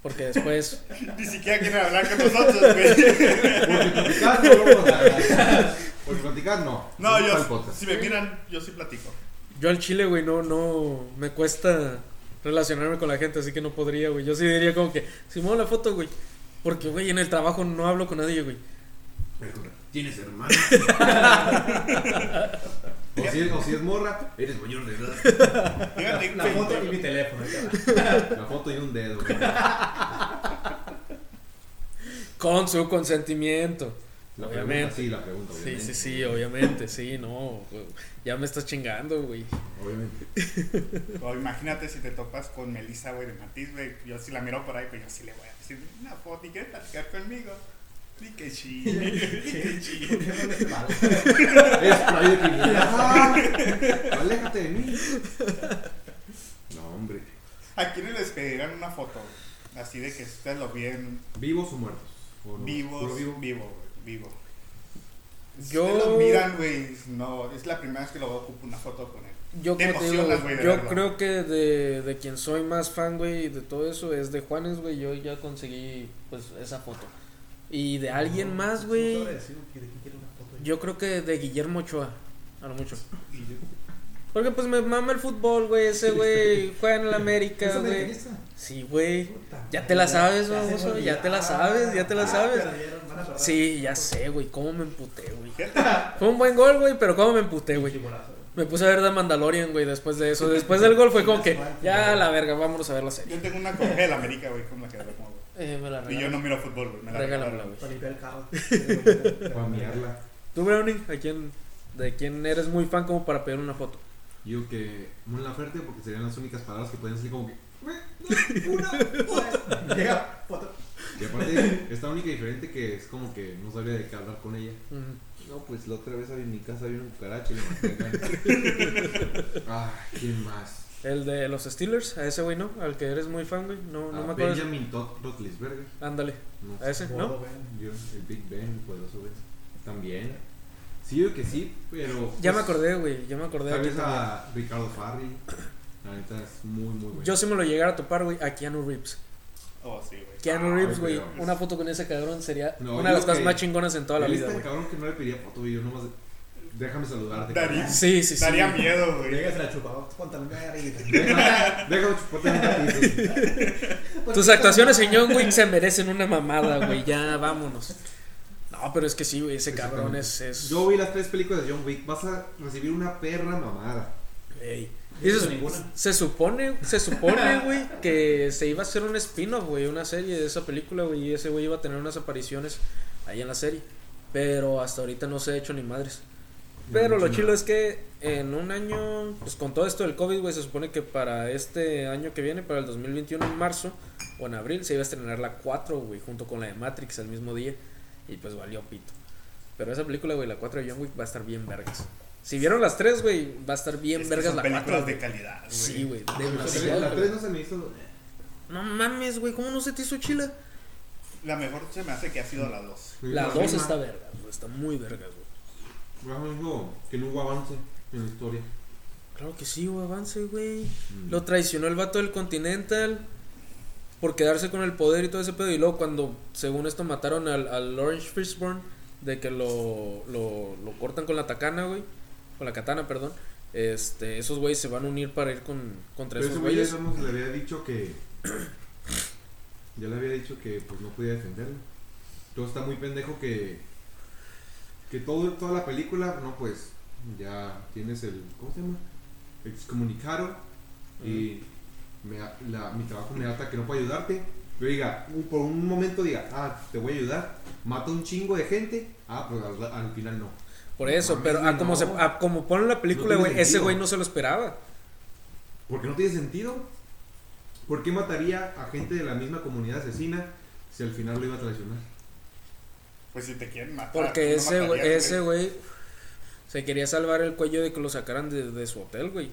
S1: Porque después,
S4: Ni siquiera quieren hablar con nosotros, güey.
S3: Porque platicar no lo vamos a- Porque platicar no.
S4: No,
S3: Para el
S4: yo,
S3: podcast.
S4: si me miran, yo sí platico.
S1: yo al chile, güey, no, no, me cuesta relacionarme con la gente, así que no podría, güey. Yo sí diría como que, si muevo la foto, güey. Porque, güey, en el trabajo no hablo con nadie, güey.
S3: Tienes hermano. o, si es, o si es morra, eres mayor de edad.
S4: Fíjate,
S2: La
S4: güey,
S2: foto y mi teléfono. ahí está.
S3: La foto y un dedo. güey.
S1: Con su consentimiento.
S3: La pregunta,
S1: Obviamente.
S3: sí, la pregunta,
S1: Sí,
S3: obviamente.
S1: sí, sí, obviamente, sí, no. güey, Ya me estás chingando, güey.
S3: Obviamente.
S4: O imagínate si te topas con Melissa, güey, de Matiz, güey. Yo sí la miro por ahí, pero yo sí le voy a decir una foto y quieres platicar conmigo. Ni que chile, ni que chile.
S3: Es playa de criminal. Aléjate de mí. No, hombre.
S4: ¿A quiénes les pedirán una foto? güey? Así de que ustedes lo vieron
S3: ¿Vivos o muertos? ¿O no?
S4: vivos,
S3: ¿Puro
S4: vivo,
S3: vivo?
S4: güey, vivo. Si
S1: Yo-
S4: ustedes lo miran, güey, no, es la primera vez que lo ocupo una foto con él.
S1: Yo,
S4: Te
S1: como te digo,
S4: emocionas, güey, de
S1: yo
S4: verlo.
S1: creo que de, de quien soy más fan, güey, de todo eso es de Juanes, güey. Yo ya conseguí, pues, esa foto. Y de alguien más,
S2: No
S1: güey,
S2: sabe decir que de quién quiere una foto.
S1: yo creo que de Guillermo Ochoa, a lo mucho.
S4: Y yo,
S1: Porque, pues, me mama el fútbol, güey, ese güey juega en el América,
S2: ¿Es
S1: güey.
S2: americanista?
S1: Sí, güey.
S2: Puta
S1: Ya
S2: madre,
S1: te la sabes,
S2: se me
S1: baboso, ya
S2: olvidaba.
S1: te la sabes, ya te la sabes.
S2: perdieron, Ah, van a perder.
S1: Sí, ya sé, güey, cómo me emputé, güey.
S4: fíjate,
S1: Fue un buen gol, güey, pero cómo me emputé, güey.
S2: Pinche golazo, güey.
S1: Me puse a ver The Mandalorian, güey, después de eso. Después del gol fue como que, ya a la verga, vámonos a ver la serie.
S4: yo tengo una con del América, güey, como la que como, güey.
S1: Eh, me la
S4: Y yo no
S1: regalaron.
S4: miro fútbol, güey, me la
S1: Regálamela,
S4: regalaron.
S1: güey.
S2: Para limpiar el carro.
S3: Para mirarla.
S1: ¿Tú, Brownie, a quién, de quién eres muy fan como para pedir una foto?
S3: Yo que Mon Laferte porque serían las únicas palabras que podían salir como que.
S2: Una, dos, Llega, foto.
S3: Y aparte, es la única diferente que es como que no sabría de qué hablar con ella. No, pues la otra vez en mi casa había un cucaracha y lo maté acá. Ah, ¿quién más?
S1: El de los Steelers, a ese güey, ¿no? Al que eres muy fan, güey. No, no
S3: Ah,
S1: me acuerdo.
S3: Benjamin Tot- Rotlisberger.
S1: Ándale,
S3: No
S1: a ese, ¿no?
S2: Gordo, güey.
S3: Yo, el Big Ben, el poderoso Ben. También. Sí, yo que sí, pero.
S1: Ya me
S3: pues,
S1: acordé, güey, ya me acordé.
S3: Tal
S1: aquí
S3: vez
S1: también.
S3: a Ricardo Farri. La neta es muy, muy bueno.
S1: Yo si me lo llegara a topar, güey, a Keanu Reeves.
S4: Oh, sí, güey.
S1: Keanu
S3: Ah,
S1: Reeves,
S3: no
S1: güey,
S3: creo.
S1: una foto con ese cabrón sería
S3: No,
S1: una de las
S3: yo
S1: cosas
S3: que-
S1: más chingonas en toda la
S3: El
S1: vida,
S3: este
S1: güey.
S3: cabrón que no le pedía foto, güey. Yo nomás. Déjame saludarte.
S4: Darío.
S3: cabrón.
S1: Sí, sí, sí.
S4: Daría miedo, güey.
S2: Llega y se la chupa. oh, Póntame, me arriba.
S3: Déjame, déjame chuparte un ratito.
S1: Tus actuaciones en John Wick se merecen una mamada, güey. Ya, vámonos. No, pero es que sí, güey. Ese cabrón es. es...
S3: Yo vi las tres películas de John Wick. Vas a recibir una perra mamada.
S1: Ey.
S2: Yo no
S1: Eso
S2: hice
S1: es-
S2: ninguna.
S1: se supone, se supone, güey, que se iba a hacer un spin-off, güey, una serie de esa película, güey, y ese güey iba a tener unas apariciones ahí en la serie. Pero hasta ahorita no se ha hecho ni madres. Pero lo chilo es que en un año, pues con todo esto del COVID, güey, se supone que para este año que viene, para el 2021, en marzo o en abril, se iba a estrenar la 4, güey, junto con la de Matrix al mismo día. Y pues valió pito. Pero esa película, güey, la 4 de John Wick va a estar bien vergas. Si vieron las 3, güey, va a estar bien
S4: Es que
S1: vergas
S4: son
S1: la 4.
S4: películas
S1: güey.
S4: de calidad, güey.
S1: Sí, güey,
S3: La
S1: demasiado.
S3: tres
S1: güey.
S3: no se me hizo.
S1: No mames, güey, ¿cómo no se te hizo chila?
S4: La mejor se me hace que ha sido la 2.
S1: La
S3: dos
S1: 2 está vergas, güey, está muy vergas, güey.
S3: Lo mismo que no hubo avance en la historia.
S1: Claro que sí, güey, avance, güey.
S3: Mm.
S1: Lo traicionó el vato del Continental por quedarse con el poder y todo ese pedo. Y luego cuando, según esto, mataron al, al Orange Fishburne, de que lo, lo, lo cortan con la tacana, güey. Con la katana, perdón. Este, esos güeyes se van a unir para ir con, contra
S3: Pero ese
S1: esos
S3: güey
S1: güeyes.
S3: ya digamos, le había dicho que. Ya le había dicho que pues no podía defenderlo. Todo está muy pendejo que. Que todo, toda la película, no pues. Ya tienes el. ¿Cómo se llama? Excomunicaron. Y. me a- la- mi trabajo me ata que no puedo ayudarte. Yo diga, un- por un momento diga, ah, te voy a ayudar. Mata un chingo de gente. Ah, pero al, al final no.
S1: Por eso,
S3: No
S1: pero
S3: mames,
S1: a como,
S3: no.
S1: se, a como pone la película,
S3: No
S1: güey,
S3: tiene
S1: ese
S3: sentido.
S1: güey no se lo esperaba.
S3: Porque no tiene sentido. ¿Por qué mataría a gente de la misma comunidad asesina si al final lo iba a traicionar?
S4: Pues si te quieren matar. tú
S1: Porque
S4: no
S1: ese, güey,
S4: matarías,
S1: ese güey se quería salvar el cuello de que lo sacaran de, de su hotel, güey.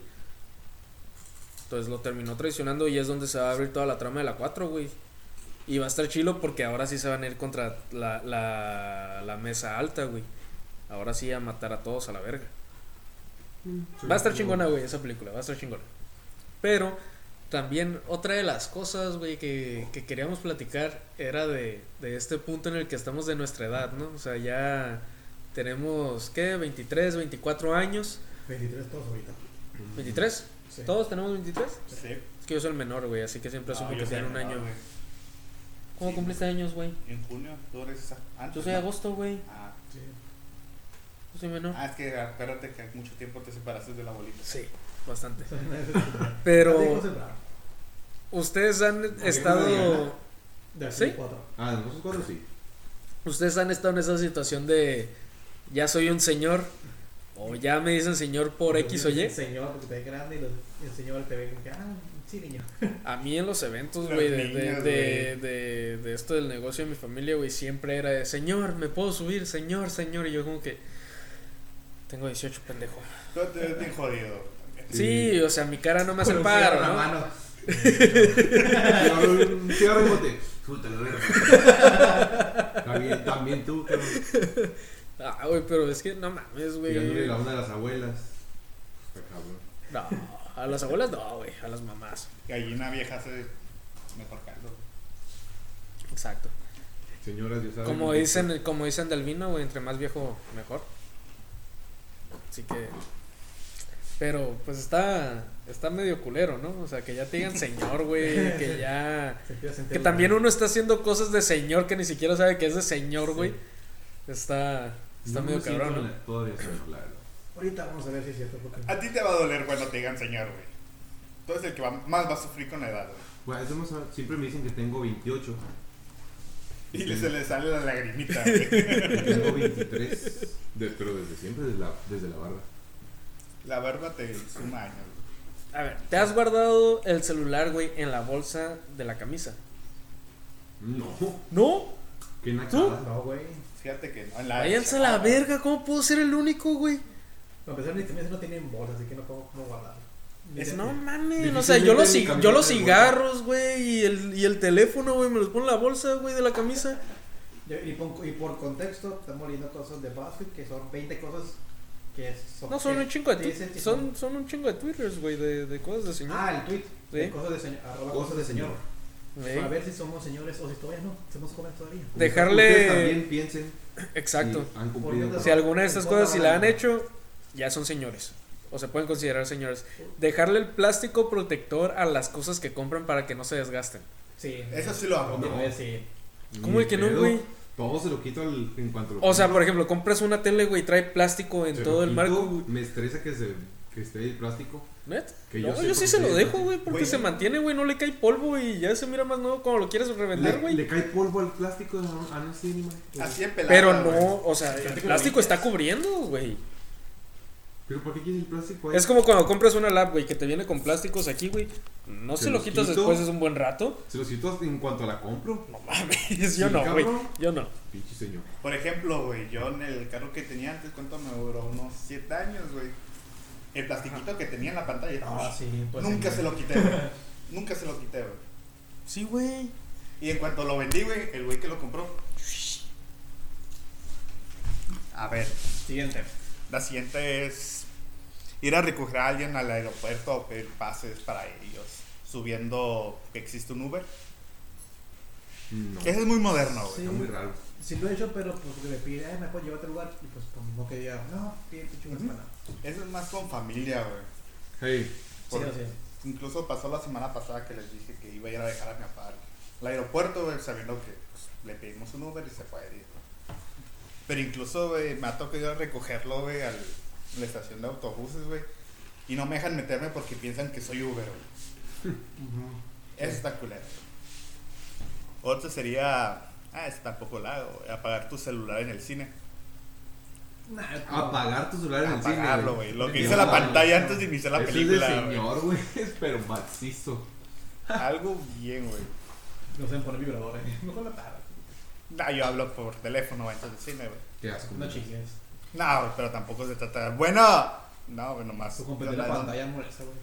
S1: Entonces lo terminó traicionando y es donde se va a abrir toda la trama de la 4, güey. Y va a estar chilo porque ahora sí se van a ir contra la, la, la mesa alta, güey. Ahora sí a matar a todos a la verga. Va a estar chingona, güey, esa película, va a estar chingona. Pero también otra de las cosas, güey, que, que queríamos platicar era de, de este punto en el que estamos de nuestra edad, ¿no? O sea, ya tenemos, ¿qué? 23, 24 años.
S2: 23 todos ahorita.
S1: ¿23?
S2: Sí.
S1: ¿Todos tenemos 23?
S4: Sí.
S1: Es que yo soy el menor, güey, así que siempre asumo
S4: Ah,
S1: que
S4: yo soy
S1: tienen un
S4: menor,
S1: año.
S4: güey.
S1: ¿Cómo
S4: Sí.
S1: cumpliste años, güey?
S4: En junio, tú eres antes.
S1: Yo soy
S4: ¿no?
S1: agosto, güey.
S4: Ah,
S2: Sí.
S1: Yo soy menor.
S4: ah, es que acuérdate que mucho tiempo te separaste de la bolita.
S1: Sí, bastante.
S2: Pero.
S1: Pero ustedes han estado...
S2: De
S1: ¿Sí?
S2: ¿Sí? 4.
S3: Ah, de nosotros cuatro sí.
S1: Ustedes han estado en esa situación de ya soy un señor o ya me dicen señor por X o Y.
S2: Señor, porque te ves grande y los enseñó al TV. Como que, ah, sí, niño.
S1: A mí en los eventos,
S4: Las
S1: güey, de, de,
S4: niñas,
S1: de, de- de esto del negocio de mi familia, güey, siempre era de señor, me puedo subir, señor, señor. Y yo como que tengo 18, pendejo.
S4: Tú te ves bien jodido.
S1: Sí,
S3: Sí.
S1: o sea, mi cara no me hace el
S2: Con
S1: paro,
S2: cierra la
S1: ¿no?
S2: mano.
S3: Yo, un cigarro de bote. Puta la verga. También, también tú, cabrón.
S1: Ah, güey, pero es que no mames,
S3: Tirándole
S1: güey.
S3: la onda a las abuelas. Está cabrón.
S1: No, a las abuelas no, güey, a las mamás.
S4: Gallina vieja hace mejor caldo.
S1: Exacto.
S3: Señoras, yo sabía.
S1: Como dicen, como dicen del vino, güey, entre más viejo, mejor. Así que. Pero, pues está. Está medio culero, ¿no? O sea, que ya te digan señor, güey. Que ya.
S2: Se empieza a sentir
S1: Que
S2: la-
S1: también uno está haciendo cosas de señor que ni siquiera sabe que es de señor,
S2: Sí.
S1: güey. Está. Está
S3: No me
S1: medio
S3: siento
S1: cabrón,
S3: en la- Todavía soy la verdad.
S2: Ahorita vamos a ver si es cierto. Porque...
S4: A ti te va a doler cuando te digan señor, güey. Tú eres el que va- más va a sufrir con la edad, güey.
S3: Bueno, eso más o menos- siempre me dicen que tengo 28.
S4: Y le- se le sale la lagrimita, güey.
S3: que Tengo 23. de- pero desde siempre, desde la, desde la barra.
S4: La barba te suma años. güey.
S1: ¿no? A ver, ¿te has guardado el celular, güey, en la bolsa de la camisa?
S3: No.
S1: ¿No?
S3: Qué nacada.
S2: No, güey.
S4: Fíjate que no. en la-
S1: Váyanse a la verga, ¿cómo puedo ser el único, güey?
S2: Para empezar, mis camisas no tienen bolsa, así que no puedo cómo guardarlo.
S4: Es-
S1: No mames, o sea, yo los, ci- yo los cigarros, güey, y el, y el teléfono, güey, me los pongo en la bolsa, güey, de la camisa.
S2: Yo- y, por, y por contexto, estamos leyendo cosas de BuzzFeed que son 20 cosas que son.
S1: No, son
S2: que
S1: un chingo de
S2: te
S1: tu-
S2: dicen que
S1: son, son un chingo de twitters, güey, de, de cosas de señor.
S2: Ah, el tweet. de
S1: Sí.
S2: Cosas de señor. Arroba
S3: Cosas
S2: cosas
S3: de
S2: de señor.
S1: Ey,
S2: Para ver si somos señores o si todavía no. Somos jóvenes todavía.
S1: Dejarle-
S3: Ustedes también piensen.
S1: Exacto.
S3: si han cumplido.
S1: Si alguna de estas cosas, si la han
S2: Pongan-
S1: hecho, ya son señores. O se pueden considerar señores. Dejarle el plástico protector a las cosas que compran para que no se desgasten.
S2: Sí.
S4: Eso sí lo hago.
S2: Hombre,
S3: No.
S2: güey, sí.
S1: ¿Cómo
S3: Ni
S1: que no,
S3: pedo.
S1: güey?
S3: Todo se lo quito al- en cuanto lo
S1: O sea,
S3: compro.
S1: por ejemplo, compras una tele, güey, y trae plástico en
S3: Se lo
S1: todo el
S3: quito,
S1: marco. güey.
S3: Me estresa que, se, que esté el plástico.
S1: ¿Neta?
S3: Que
S1: No, yo,
S3: yo sé
S1: sí
S3: por
S1: se
S3: qué
S1: lo
S3: es
S1: dejo,
S3: así.
S1: güey, porque
S4: Güey.
S1: se mantiene, güey, no le cae polvo y ya se mira más nuevo cuando lo quieres reventar,
S3: Le,
S1: güey.
S3: le cae polvo al plástico no, ah, no sí, ni madre.
S4: Así en pelada,
S1: Pero
S4: güey.
S1: no, o sea, el plástico está cubriendo, güey.
S3: Pero ¿para qué quieres el plástico? ahí?
S1: Es como cuando compras una lab, güey, que te viene con plásticos aquí, güey. No
S3: Se
S1: se lo
S3: los
S1: quitas
S3: quito.
S1: después de un buen rato.
S3: Se lo quito en cuanto la compro.
S1: No mames, yo
S3: Sí,
S1: no, güey.
S3: cabrón.
S1: Yo no.
S3: Pinche señor.
S4: Por ejemplo, güey, yo en el carro que tenía antes, ¿cuánto me duró? Unos 7 años, güey. El plastiquito que tenía en la pantalla.
S2: Ah, sí, pues,
S4: nunca
S2: sí.
S4: se lo quité, güey. Nunca se lo quité, güey.
S1: Sí, güey.
S4: Y en cuanto lo vendí, güey, el güey que lo compró. A ver,
S2: Siguiente.
S4: la siguiente es ir a recoger a alguien al aeropuerto o pedir pases para ellos. Subiendo que existe un Uber.
S3: No.
S4: Que ese es muy moderno, güey.
S2: Sí.
S3: Está muy raro.
S2: Sí lo he hecho, pero pues que me pide, ay, me puedo llevar a otro lugar. Y pues como no que diga, no, pide tu chupas
S4: Ujú.
S2: para nada.
S4: Eso es más con familia, güey.
S3: Hey,
S2: Sí,
S4: Por-
S2: así es.
S4: Incluso pasó la semana pasada que les dije que iba a ir a dejar a mi papá al- al aeropuerto, güey, sabiendo que pues, le pedimos un Uber y se puede ir. ¿no? Pero incluso, güey, me ha tocado ir a recogerlo, güey, al- a la estación de autobuses, güey. Y no me dejan meterme porque piensan que soy Uber, güey. Eso está culero. Otro sería, ah, eso tampoco lo hago, güey, apagar tu celular en el cine.
S2: Nah, no.
S3: apagar tu celular en el cine.
S4: Apagarlo, güey. Lo que
S3: No,
S4: hice la
S3: no,
S4: pantalla antes de iniciar la
S3: Eso
S4: película,
S3: Es de
S4: güey.
S3: señor, güey. Pero macizo.
S4: Algo bien, güey.
S2: No se me pone vibrador, eh. Mejor la para.
S4: Nah, Ah, yo hablo por teléfono, güey, entonces sí, me güey.
S3: Qué asco.
S2: No chingues.
S4: No, güey, pero tampoco se trata de. Bueno, no, güey, nomás.
S2: Su competidor la
S4: yo la-
S2: pantalla molesta, güey.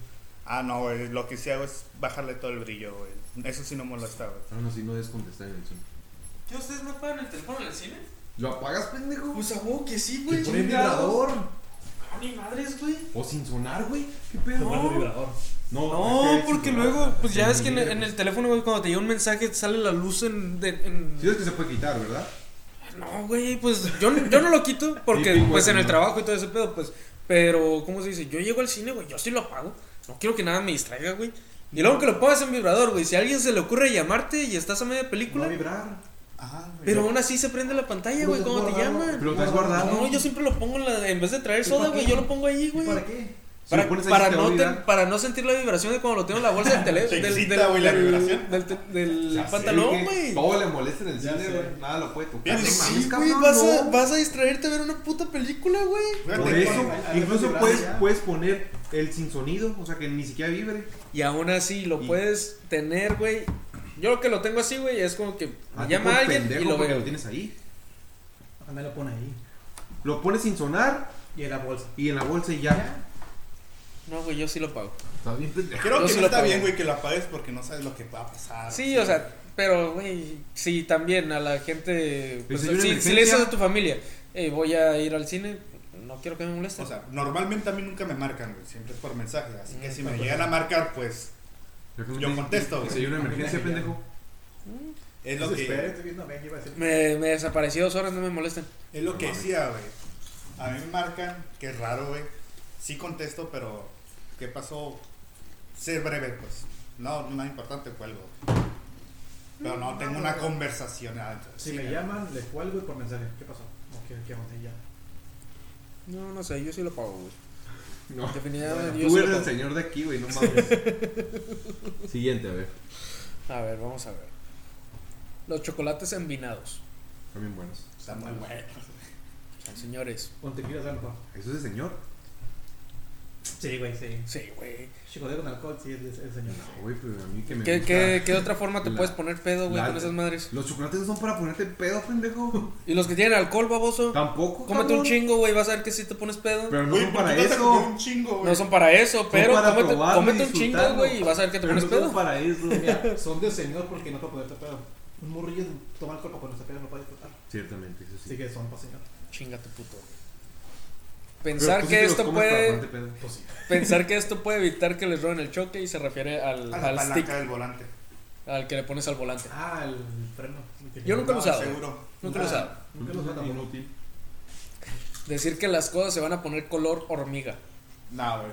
S4: Ah, no, güey, lo que sí hago es bajarle todo el brillo, güey. Eso sí no molesta, güey.
S3: No, no, si no es contestar en el cine.
S1: ¿Qué ustedes no pagan el teléfono en el cine?
S3: ¿Lo apagas, pendejo?
S1: Pues a que sí,
S3: Te pone vibrador.
S1: Ah, ni madres, güey.
S3: O sin sonar, güey. ¿Qué pedo?
S2: Tomar el vibrador.
S3: es que
S1: No,
S3: sin
S1: porque
S3: sonar.
S1: luego, pues ya
S3: Sí,
S1: ves que en,
S3: mira,
S1: en
S3: pues.
S1: el teléfono, güey, cuando te llega un mensaje, te sale la luz en. de- en-
S3: Sí, es que se puede quitar, ¿verdad?
S1: No, güey, pues yo, yo no lo quito porque
S3: Típico,
S1: pues en el
S3: ¿no?
S1: trabajo y todo ese pedo, pues. Pero, ¿cómo se dice? Yo llego al cine, güey, yo sí lo apago. No quiero que nada me distraiga, güey. Y luego que lo pongas en vibrador, güey. Si a alguien se le ocurre llamarte y estás a media
S2: No
S1: película,
S2: vibrar.
S4: Ajá, güey.
S1: pero aún así se prende la pantalla, güey, cuando te llaman.
S3: Pero lo traes guardado.
S1: Ah, No, yo siempre lo pongo en, la- en vez de traer
S2: ¿Y
S1: soda,
S2: para
S1: güey,
S2: qué?
S1: yo lo pongo ahí,
S2: ¿Y
S1: güey.
S2: para qué?
S3: Si
S1: Para,
S3: lo pones ahí,
S1: para
S3: se te va a
S1: no
S3: olvidar.
S1: ten- para no sentir la vibración de cuando lo tengo en la bolsa del teléfono.
S4: Te
S1: del,
S4: excita,
S1: del-
S4: güey, la
S1: del-
S4: vibración.
S1: Del, te- del
S3: Ya sé
S1: pantalón,
S3: que
S1: güey.
S3: Todo le molesta en el
S2: Ya
S3: cine,
S2: sé.
S3: güey. Nada lo puede tocar.
S4: Pero
S3: No
S4: sí,
S3: mames,
S1: Sí, güey,
S3: cabrón,
S1: vas, a,
S3: no.
S1: vas a distraerte a ver una puta película, güey.
S4: Fíjate,
S3: Por
S4: con-
S3: eso,
S2: Al- al-
S3: incluso
S2: al-
S3: puedes,
S2: ya.
S3: puedes poner el sin sonido, o sea que ni siquiera vibre.
S1: Y aún así lo
S3: Y-
S1: puedes tener, güey. Yo lo que lo tengo así, güey, es como que me
S3: Ah, tú
S1: llama
S3: por
S1: alguien
S3: pendejo,
S1: y lo
S3: porque
S1: veo.
S3: lo tienes ahí.
S2: Ah, Me lo pone ahí.
S3: Lo pones sin sonar
S2: Y en la bolsa.
S3: y en la bolsa y ya.
S1: No, güey, yo sí lo pago.
S3: Estás bien pendejo.
S4: Creo
S1: Yo
S4: que
S1: sí
S4: no
S1: lo
S4: está
S1: pago.
S4: bien, güey, que lo apagues porque no sabes lo que va a
S3: Ah,
S4: pasar.
S1: Sí, o sea, pero, güey, sí, también a la gente. Pues,
S3: si hay una
S1: si, si le
S3: emergencia-
S1: dices a tu familia, "Ey, voy a ir al cine, no quiero que me moleste.
S4: O sea, normalmente a mí nunca me marcan, güey, siempre es por mensaje. Así que
S1: Mm,
S4: si me
S2: perfecto.
S4: llegan a marcar, pues Yo contesto, güey.
S3: Si hay una
S2: A mí me
S3: emergencia,
S2: dijeron.
S3: pendejo.
S4: es lo que,
S2: estoy viendo, ven, iba a decir.
S1: me, me desaparecí dos horas, no me molesten.
S4: es lo
S3: No
S4: que
S3: mames.
S4: decía, güey. A mí me marcan, que es raro, güey. Sí contesto, pero ¿qué pasó? Ser breve, pues. No, no es importante, cuelgo. Pero no, tengo una conversación adentro.
S2: Si
S4: Sí,
S2: me
S4: güey.
S2: llaman, les cuelgo y por mensaje. ¿Qué pasó? No quiero que avance ya.
S1: No, no sé, yo sí lo pago, güey.
S3: No.
S1: Definitivamente, yo
S3: Tú
S1: sí lo
S3: eres el
S1: pago.
S3: señor de aquí, güey, no mames. Siguiente, a ver.
S1: A ver, vamos a ver. Los chocolates envinados.
S3: Están bien buenos.
S4: Está muy bueno.
S1: O sea, señores,
S2: Con tequila salva.
S3: ¿Eso es el señor?
S2: Sí, güey, sí.
S1: sí, güey.
S2: Chicote con alcohol, sí, es el señor.
S3: No, güey, pero pues, a mí que me
S1: ¿Qué,
S3: gusta.
S1: qué, qué otra forma te
S3: La-
S1: puedes poner pedo, güey,
S3: la-
S1: con esas madres?
S3: Los chocolates no son para ponerte pedo, pendejo.
S1: Y los que tienen alcohol, baboso.
S3: Tampoco.
S1: Cómete un
S3: cabrón.
S1: chingo, güey, vas a ver que si te pones pedo.
S3: Pero no
S4: Güey,
S3: son
S4: ¿por
S3: para
S4: qué te comió
S3: eso.
S4: Un chingo, güey?
S1: no son para eso, pero
S3: para
S1: cómete,
S3: probarlo y
S1: cómete un chingo,
S3: disfrutarlo.
S1: güey, y vas a ver que te
S3: Pero no
S1: pones
S3: son
S1: pedo.
S3: para eso.
S2: Mira, son de señor porque no para ponerte pedo. Un morrillo toma alcohol para ponerse pedo, no puede disfrutar.
S3: Ciertamente, eso
S2: Así
S3: sí.
S2: que son para señor.
S1: Chinga tu puto.
S3: Pero pues
S1: Pensar
S3: tú sí
S1: que
S3: te los
S1: esto
S3: comes para
S1: puede
S3: ponerte pedo.
S2: Pues sí.
S1: pensar que esto puede evitar que les roben el choque y se refiere al,
S4: A la
S1: al
S4: palanca
S1: stick
S4: del volante.
S1: al que le pones al volante.
S2: Ah, el freno.
S1: Yo nunca lo he
S4: No,
S1: usado.
S4: Seguro.
S1: Nunca lo he usado.
S2: Nunca lo he usado tampoco.
S3: Inútil.
S1: Decir que las cosas se van a poner color hormiga.
S4: No, güey.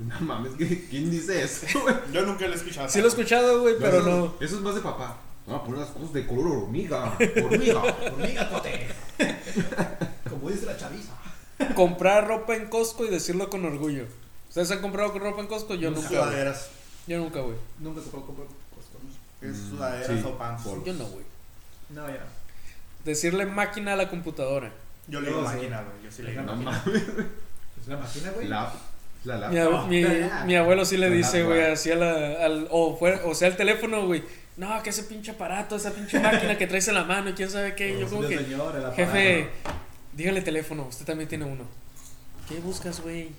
S3: No mames, ¿qué- ¿quién dice eso, güey?
S4: Yo nunca lo he escuchado.
S1: Sí lo he escuchado, güey, pero
S3: eso,
S1: no.
S3: Eso es más de papá. No, poner las cosas de color hormiga. Hormiga.
S2: Hormiga, cote. Como dice la chaviza.
S1: Comprar ropa en Costco y decirlo con orgullo. ¿Ustedes han comprado ropa en Costco? Yo nunca. güey.
S4: Sudaderas.
S1: Yo nunca, güey.
S2: Nunca se puede comprar Costco.
S4: Es
S3: Mm,
S4: sudaderas
S3: sí,
S4: o pants.
S3: por-
S1: Yo no, güey.
S2: No, ya.
S1: Decirle máquina a la computadora.
S4: Yo le digo
S2: Yo sí.
S4: máquina, güey. Yo sí le digo.
S3: No mames.
S2: Es una máquina, güey.
S3: La, la, la.
S1: Mi, ab-
S2: No,
S1: mi-
S2: ya.
S1: mi abuelo sí le
S3: Con
S1: dice,
S3: agua.
S1: güey, así a la- al, o, fue- o sea, el teléfono, güey. No, que ese pinche aparato, esa pinche máquina que traes en la mano y quién sabe qué. Yo
S2: Es
S1: como
S2: del
S1: que,
S2: señor, el
S1: jefe,
S2: aparato.
S1: dígale teléfono, usted también tiene uno. ¿Qué buscas, güey?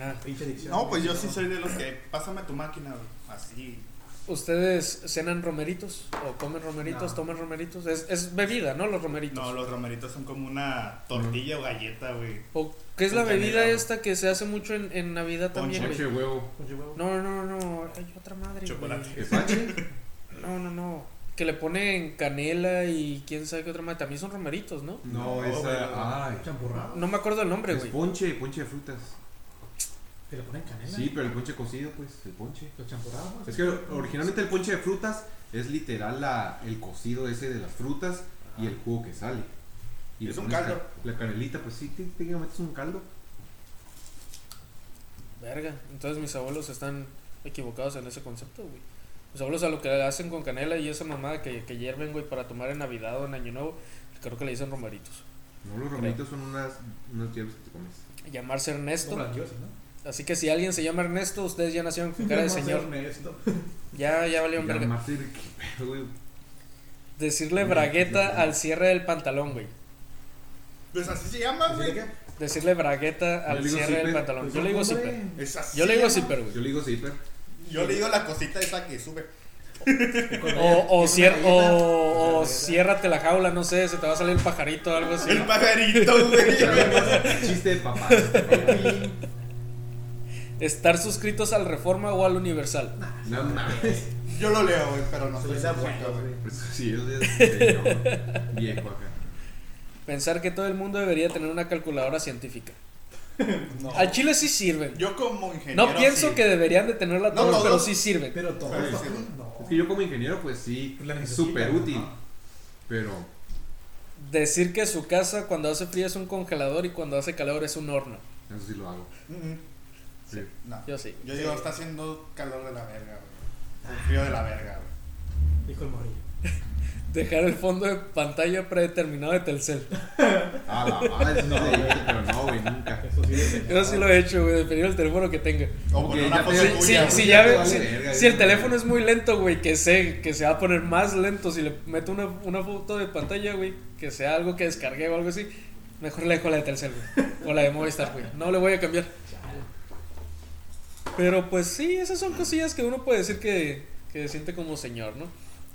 S1: Ah,
S2: Pinche adicción.
S4: No, pues yo sí soy de los que. Pásame tu máquina, güey. Así.
S1: ¿Ustedes cenan romeritos? ¿O comen romeritos?
S2: No.
S1: ¿Toman romeritos? Es, es bebida, ¿no? Los romeritos.
S4: No, los romeritos son como una tortilla o galleta, güey.
S1: ¿O qué es la
S4: Con canela,
S1: bebida
S4: güey.
S1: esta que se hace mucho en, en Navidad también,
S3: Ponche
S1: güey?
S3: de huevo.
S2: Oye, huevo.
S1: No, no, no, hay otra madre, güey.
S4: Chocolate.
S3: ¿Epache?
S1: No, no, no. Que le ponen canela y quién sabe qué otra madre. También son romeritos, ¿no?
S3: No,
S4: No, güey, no.
S3: esa. Ay.
S2: Champurrado.
S1: No me acuerdo el nombre,
S3: Es
S1: güey.
S3: ponche, ponche de frutas.
S2: ¿Te lo ponen canela?
S3: Sí, pero el ponche cocido, pues, el ponche.
S2: ¿Los champurrados?
S3: Es que originalmente el ponche de frutas es literal la, el cocido ese de las frutas y el jugo que sale. Y le
S4: Es un
S3: pones
S4: caldo.
S3: ca- La canelita, pues sí, te- técnicamente es un caldo.
S1: Verga. Entonces mis abuelos están equivocados en ese concepto, güey. Mis abuelos a lo que hacen con canela y esa mamada que, que hierven, güey, para tomar en Navidad o en Año Nuevo, creo que le dicen romeritos.
S3: No, los romeritos son unas, unas hierbas que te comes.
S1: Llamarse
S2: Como
S1: Ernesto.
S2: las diosas, ¿no?
S1: Así que si alguien se llama Ernesto, ustedes ya nacieron con cara de
S2: Vamos a
S1: señor.
S2: hacer esto.
S1: Ya, ya valieron
S3: Ya,
S1: verga.
S3: Marte, qué pedo, güey.
S1: Decirle
S3: Mm,
S1: bragueta
S3: ya.
S1: al cierre del pantalón, güey.
S4: Pues así se llama,
S2: ¿Así de
S4: güey.
S2: qué?
S1: Decirle bragueta
S3: Yo le
S1: al
S3: digo
S1: cierre del
S3: zipper.
S1: pantalón. Yo le digo
S2: Pues,
S1: zipper.
S2: hombre.
S4: Es así
S1: Yo le digo
S4: se llama.
S1: zipper, güey.
S3: Yo le digo zipper.
S4: Yo le digo la cosita esa que sube.
S2: este,
S1: O, o, cier- o, o ciérrate la jaula, no sé, se te va a salir el pajarito o algo así.
S4: El pajarito, güey.
S3: Chiste de papá. chiste de papá.
S1: Estar suscritos al Reforma o al Universal.
S3: No mames.
S4: Yo lo leo, güey, pero no
S2: Se
S4: soy
S2: les da
S4: suscrito,
S2: vueltas,
S4: güey.
S2: güey.
S3: Pues sí, él es señor viejo acá.
S1: Pensar que todo el mundo debería tener una calculadora científica.
S4: No.
S1: Al chile sí sirven.
S4: Yo como ingeniero.
S1: No pienso
S4: sí.
S1: que deberían de tenerla
S4: No
S1: todos, pero
S4: todos,
S1: sí sirven.
S2: Pero todo.
S4: Sí,
S2: esto-
S4: sí.
S2: No.
S3: Es que yo como ingeniero, pues sí,
S2: La
S3: es
S2: necesitan,
S3: súper
S2: ¿no?
S3: útil. Pero
S1: Decir que su casa cuando hace frío es un congelador y cuando hace calor es un horno.
S3: eso sí lo hago.
S4: Mm, mm.
S3: Sí.
S4: No.
S1: Yo sí.
S4: Yo digo, está haciendo calor de la verga, güey. O Frío de la verga, güey.
S2: Dijo el morrillo.
S1: Dejar el fondo de pantalla predeterminado de Telcel.
S3: Ah, la madre, eso sí lo hice, pero no, güey, nunca.
S2: Eso sí es de-
S1: Yo sí lo he hecho, güey, definir el teléfono que tenga.
S4: O con
S3: Ok,
S4: una
S3: ya
S4: foto
S3: te-
S1: Sí,
S4: tuya.
S1: sí,
S4: güey.
S1: sí,
S3: güey,
S1: ya
S3: ya te
S1: ve,
S3: vale
S1: sí,
S3: verga,
S1: si
S3: ya
S1: el
S3: te
S1: teléfono
S3: vale.
S1: es muy lento, güey, que sé que se va a poner más lento. Si le meto una, una foto de pantalla, güey, que sea algo que descargué o algo así, mejor le dejo la de Telcel, güey. O la de Movistar, güey. No le voy a cambiar. Pero pues sí, esas son cosillas que uno puede decir que, que siente como señor, ¿no?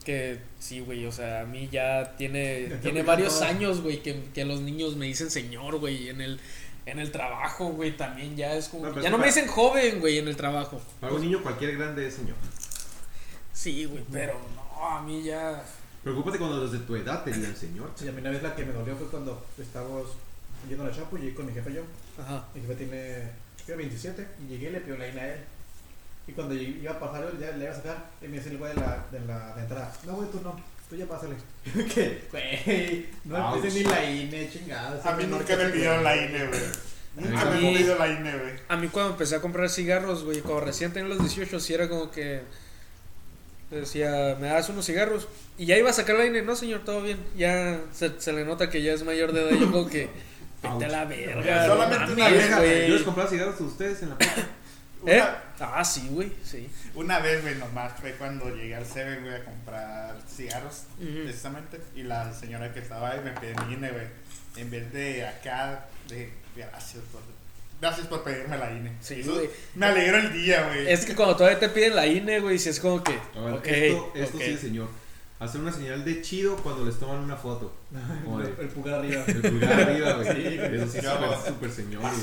S1: Que sí, güey, o sea, a mí ya tiene,
S2: Ya
S1: tiene
S2: terminó
S1: varios
S2: todo.
S1: años, güey, que, que los niños me dicen señor, güey, en el, en el trabajo, güey, también ya es como...
S3: No,
S1: que-
S3: pero
S1: ya no
S3: eso
S1: me
S3: para-
S1: dicen joven, güey, en el trabajo.
S3: Para un niño cualquier grande es señor.
S1: Sí, güey, pero no, a mí ya.
S3: Preocúpate cuando los de tu edad te digan señor.
S2: Sí, a mí una vez la que me dolió fue cuando estábamos yendo a la Chapu y llegué con mi jefe yo.
S1: Ajá.
S2: Mi jefe tiene creo, 27 y llegué y le pidió la INA a él. Y cuando llegué- iba a pasar, yo ya le iba a sacar y me dice el güey de la, de la de entrada. No, güey, tú no. Tú ya pásale. que, güey, no
S3: Ouch.
S2: empecé ni la INE, chingada.
S4: Ah, pues A mí nunca me pidieron la INE, güey. Nunca
S3: A
S4: me
S1: mí-
S4: han pedido la INE, güey.
S1: A mí cuando empecé a comprar cigarros, güey, cuando recién tenía los 18, sí era como que. Decía, me das unos cigarros. Y ya iba a sacar la INE. No, señor, todo bien. Ya se, se le nota que ya es mayor de edad. Yo como que. Vete a la verga. no
S4: Solamente una
S1: mames,
S4: vieja,
S3: Yo les
S1: güey.
S3: compraba cigarros a ustedes en la puerta.
S1: ¿Eh?
S4: Una,
S1: Ah, sí, güey, sí.
S4: una vez, güey, nomás fue cuando llegué al Seven, güey, a comprar cigarros,
S1: Ujú.
S4: precisamente. Y la señora que estaba ahí me pidió mi INE, güey. En vez de acá, de gracias por, gracias por pedirme la INE.
S1: Sí,
S4: Eso
S1: güey.
S4: Me alegró el día, güey.
S1: Es que cuando todavía te piden la INE, güey, si es como que.
S3: A ver,
S1: ok,
S3: esto esto
S1: ok.
S3: sí es señor. Hacer una señal de chido cuando les toman una foto. Como de-
S2: El pulgar arriba.
S3: el pulgar arriba, güey.
S2: Sí, güey.
S3: Eso sí es
S4: Ya,
S3: súper-
S4: güey.
S3: súper señor, güey.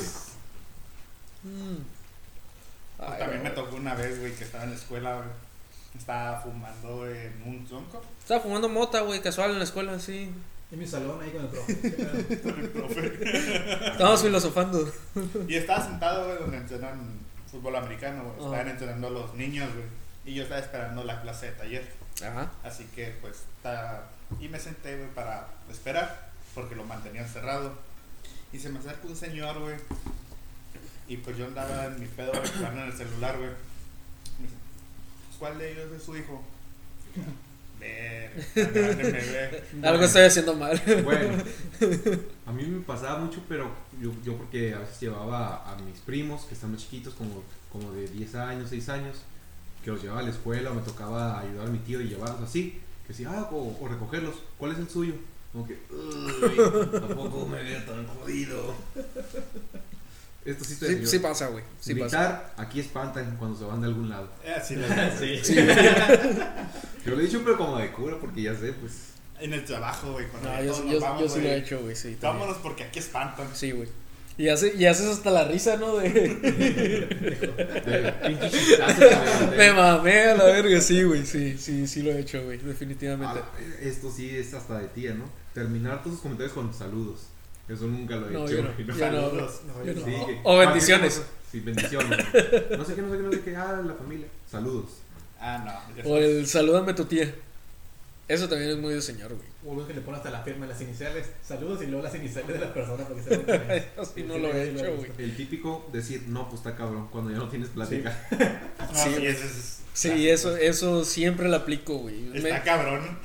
S1: Mm.
S4: Pues
S1: Ay,
S4: también me
S1: güey.
S4: tocó una vez, güey, que estaba en la escuela, güey. Estaba fumando en un tronco
S1: Estaba fumando mota, güey, casual en la escuela, sí.
S2: En mi salón ahí con el profe.
S4: con el profe.
S1: Estábamos filosofando.
S4: Y estaba sentado, güey, donde entrenan fútbol americano, güey.
S1: Ajá.
S4: Estaban entrenando a los niños, güey. Y yo estaba esperando la clase de taller.
S1: Ajá.
S4: Así que, pues, ta- y me senté, güey, para esperar, porque lo mantenían cerrado. Y se me acerca un señor, güey. Y pues yo andaba en mi pedo, güey, jugando en el celular, güey. Me dice, ¿Cuál de ellos es su hijo? Ver, ve.
S1: Algo estoy haciendo mal.
S3: Bueno, a mí me pasaba mucho, pero yo, yo porque a veces llevaba a mis primos, que están más chiquitos, como, como de 10 años, 6 años, que los llevaba a la escuela, o me tocaba ayudar a mi tío y llevarlos así, que sí, ah, o, o recogerlos, ¿cuál es el suyo? Como que, "Uy, tampoco me veo tan jodido. Esto sí está
S1: Sí, sí pasa, güey. Sí pasa.
S3: Gritar, aquí espantan cuando se van de algún lado.
S4: Eh, Así le
S1: Sí, güey.
S3: Yo lo he dicho, pero como de cura, porque ya sé, pues.
S4: En el trabajo, güey, cuando
S1: No,
S4: ya
S1: yo,
S4: todos
S1: sí-
S4: nos
S1: yo-
S4: vamos,
S1: yo sí lo he
S4: güey.
S1: hecho, güey, sí. también.
S4: Vámonos porque aquí espantan.
S1: Sí, güey. Y, hace- y haces hasta la risa, ¿no? De...
S3: de pinche chistazo que me
S1: Me
S3: mandé.
S1: mamé a la verga, sí, güey. Sí, sí, sí lo he hecho, güey.
S3: Ah,
S1: Definitivamente.
S3: esto sí es hasta de tía, ¿no? Terminar todos sus comentarios con saludos. Eso nunca lo he
S1: No,
S3: hecho.
S1: yo no,
S3: güey, ¿no?
S1: yo no.
S4: Saludos.
S2: No,
S1: Yo
S2: yo
S1: no.
S3: Sí,
S2: no.
S3: que-
S1: O bendiciones.
S3: Sí, bendiciones. No sé qué, no sé qué, no sé qué. Ah, la familia. Saludos.
S4: Ah, no. ya
S1: O
S4: sabes.
S1: el salúdame tu tía. Eso también es muy de señor, güey.
S2: O luego que le pones hasta la firma, las iniciales. Saludos y luego las iniciales de las personas porque se ven.
S1: Eso sí no lo he hecho, güey.
S3: El típico decir, no, pues está cabrón, cuando ya no tienes plática.
S4: No,
S1: sí,
S4: sí,
S1: güey.
S4: ese es-
S1: Sí, eso, eso siempre lo aplico, güey. Me-
S4: Está cabrón.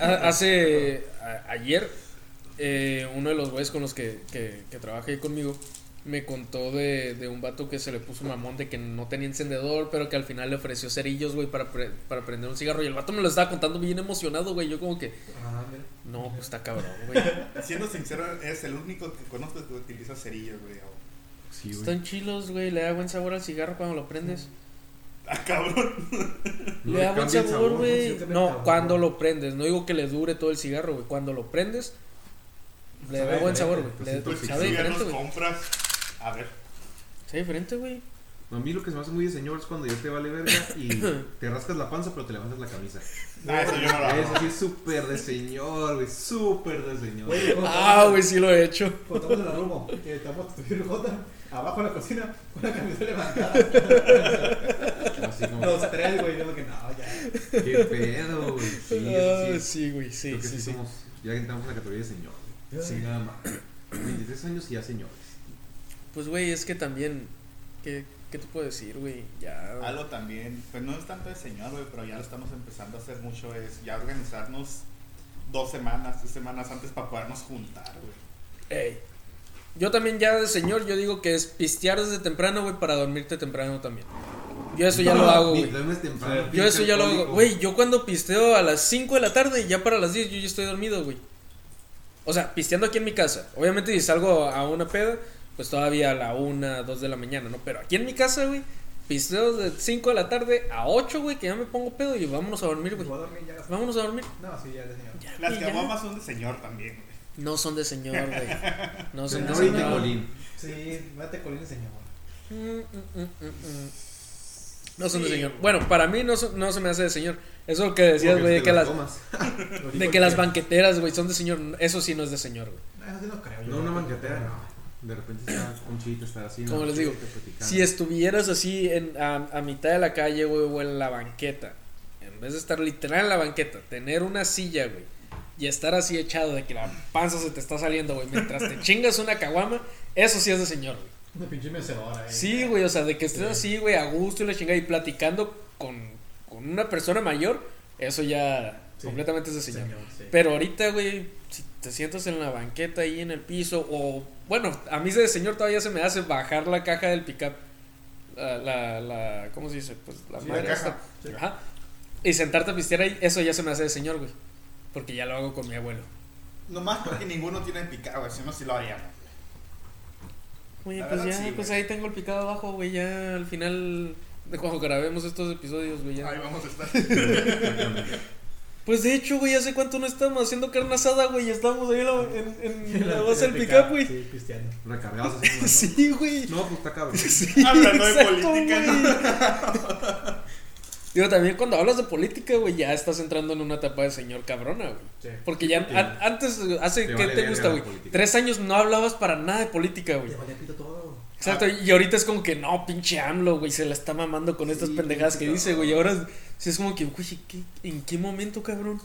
S1: Ha- Ah, Hace a- ayer, eh, uno de los güeyes con los que, que, que trabaja ahí conmigo me contó de, de un vato que se le puso mamón de que no tenía encendedor, pero que al final le ofreció cerillos, güey, para, pre- para prender un cigarro. Y el vato me lo estaba contando bien emocionado, güey. Yo, como que,
S2: Ah, mira.
S1: no, pues está cabrón, güey.
S4: Siendo sincero, es el único que conozco que utiliza cerillos, güey. o-
S3: Sí, güey.
S1: Están chilos, güey. Le da buen sabor al cigarro cuando lo prendes.
S4: Ah, cabrón.
S1: Le da buen
S3: cambia el
S1: sabor, güey.
S2: Siente
S1: No,
S2: cabrón.
S1: cuando lo prendes. No digo que le dure todo el cigarro, güey. Cuando lo prendes, le
S2: Sabe
S1: da buen
S2: diferente,
S1: sabor, güey.
S3: pues,
S1: Le-
S3: entonces,
S1: Sabe
S4: si ya
S1: diferente,
S4: nos
S1: güey.
S4: compras. A ver,
S1: Sabe diferente, güey.
S3: A mí lo que se me hace muy de señor es cuando ya te vale verga y te rascas la panza pero te levantas la camisa.
S4: ah, eso yo no lo
S3: Eso
S4: hago.
S3: sí es súper de señor, güey. Súper de señor.
S2: Güey, cuando
S1: Ah,
S2: estamos-
S1: güey, sí lo he hecho.
S2: Cuando estamos en la rumbo, que estamos tuvieron Jota, abajo en la cocina, con la camisa levantada.
S3: Así como,
S2: Los tres, güey, yo que no, ya.
S3: qué pedo, güey. Sí,
S1: Ah,
S3: eso sí.
S1: Sí, güey, sí,
S3: Creo que sí,
S1: sí, sí.
S3: somos, ya entramos en la categoría de señor. güey.
S2: Sí.
S3: Nada más. 23 años y ya señores.
S1: Pues, güey, es que también. ¿Qué, qué te puedo decir, güey? Ya.
S4: Algo también, pues no es tanto de señor, güey, pero ya lo estamos empezando a hacer mucho, es ya organizarnos dos semanas, tres semanas antes para podernos juntar, güey.
S1: Ey. Yo también ya de señor, yo digo que es pistear desde temprano, güey, para dormirte temprano también. Yo eso ya lo hago, güey.
S3: Duermes temprano,
S1: Yo
S3: pinche
S1: eso ya lo hago.
S3: alcohólico.
S1: Güey, yo cuando pisteo a las 5 de la tarde, ya para las 10 yo ya estoy dormido, güey. O sea, pisteando aquí en mi casa. Obviamente si salgo a una peda, pues todavía a la 1, 2 de la mañana, ¿no? Pero aquí en mi casa, güey, pisteo de 5 de la tarde a 8, güey, que ya me pongo pedo y vámonos a dormir,
S2: Voy
S1: güey.
S2: a dormir ya. las-
S1: Vámonos a dormir.
S2: No, sí, ya le señor.
S1: Ya,
S4: Las
S1: güey, ya.
S4: caguamas son de señor también, güey.
S1: No son de señor, güey. No son de
S3: Señor y
S1: señor.
S3: tecolín.
S2: Sí, mate colín el señor.
S1: Mm, mm, mm, mm, mm. No son de
S4: Sí.
S1: señor. Bueno, para mí no, son- no se me hace de señor. Eso es lo que decías,
S3: Porque
S1: güey,
S3: te
S1: que
S3: las
S1: las,
S3: tomas.
S2: Lo dijo
S1: de
S2: el
S1: que las
S2: chef.
S1: banqueteras, güey, son de señor. Eso sí no es de señor, güey.
S2: No, eso sí no creo. yo
S3: No,
S2: creo
S3: una
S2: que-
S3: banquetera, no. De repente está Conchita, está así.
S1: Como les digo, Si estuvieras así en, a, a mitad de la calle, güey, o en la banqueta, en vez de estar literal en la banqueta, tener una silla, güey, y estar así echado de que la panza se te está saliendo, güey, mientras te chingas una caguama, eso sí es de señor, güey.
S2: Una pinche mecedora, eh.
S1: Sí, güey, o sea, de que estés
S2: Sí.
S1: así, güey, a gusto y la chingada y platicando con, con una persona mayor, eso ya
S2: Sí.
S1: completamente es de señor.
S2: sí.
S1: Pero ahorita, güey, si te sientas en la banqueta ahí en el piso, o bueno, a mí de señor todavía se me hace bajar la caja del pickup. La, la, la- ¿cómo se dice? Pues la
S4: Sí, la
S1: madre
S4: caja,
S1: esta.
S2: sí.
S1: Ajá. Y sentarte a pistear ahí, eso ya se me hace de señor, güey. Porque ya lo hago con mi abuelo.
S4: Nomás porque ninguno tiene picado, güey, si no, sí lo haríamos.
S1: Oye,
S4: La
S1: pues ya,
S4: verdad, sí,
S1: pues
S4: güey.
S1: ahí tengo el picado abajo, güey, ya al final de cuando grabemos estos episodios, güey, ya.
S4: Ahí vamos a estar.
S1: Pues de hecho, güey, hace cuánto no estamos haciendo carne asada, güey, y estamos ahí en la, en, en la base del pickup, güey.
S2: Sí, pisteando.
S3: Recargados así. como,
S1: Sí, güey.
S3: No, pues está cabrón.
S1: Sí,
S4: Hablando de
S1: exacto,
S4: política,
S1: güey. Digo, también cuando hablas de política, güey, ya estás entrando en una etapa de señor cabrona, güey.
S2: Sí.
S1: Porque ya
S3: Sí.
S1: a- antes, hace,
S3: Te
S1: ¿qué
S3: vale
S1: te
S3: verga
S1: gusta,
S3: la
S1: güey?
S3: política. Ah.
S1: Tres años no hablabas para nada de política, güey.
S2: Le vale pito todo.
S1: Exacto, y ahorita es como que no, pinche AMLO, güey, se la está mamando con estas
S2: Sí,
S1: pendejadas que
S2: no.
S1: dice, güey. Ahora es- sí es como que, güey, ¿qué- ¿en qué momento, cabrón?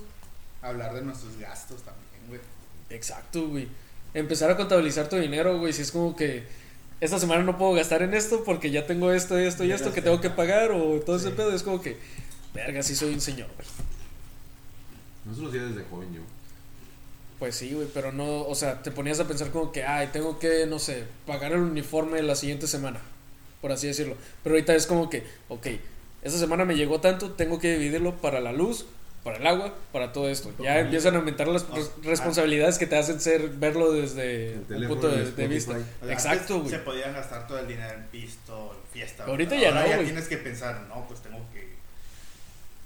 S4: Hablar de nuestros gastos también, güey.
S1: Exacto, güey. Empezar a contabilizar tu dinero, güey. Si es como que esta semana no puedo gastar en esto porque ya tengo esto, esto y
S2: Ya
S1: esto que
S2: gasté.
S1: tengo que pagar o todo ese
S2: Sí.
S1: pedo. Es como que, verga, sí soy un señor, güey.
S3: No se los hacía desde joven yo.
S1: Pues sí, güey, pero no, o sea, te ponías a pensar como que, ay, tengo que, no sé, pagar el uniforme la siguiente semana, por así decirlo. Pero ahorita es como que, ok, esta semana me llegó tanto, tengo que dividirlo para la luz, para el agua, para Ah, todo esto. Ya empiezan a aumentar las
S4: O sea,
S1: responsabilidades que te hacen ser, verlo desde
S3: El
S1: un
S3: teléfono,
S1: punto de,
S3: el
S1: de vista.
S3: Spotify.
S4: O sea,
S1: Exacto, güey.
S4: antes Se podían gastar todo el dinero en pisto, en fiesta.
S1: Ahorita
S4: güey.
S1: ya
S4: Ahora
S1: no,
S4: ya
S1: güey.
S4: tienes que pensar, no, pues tengo que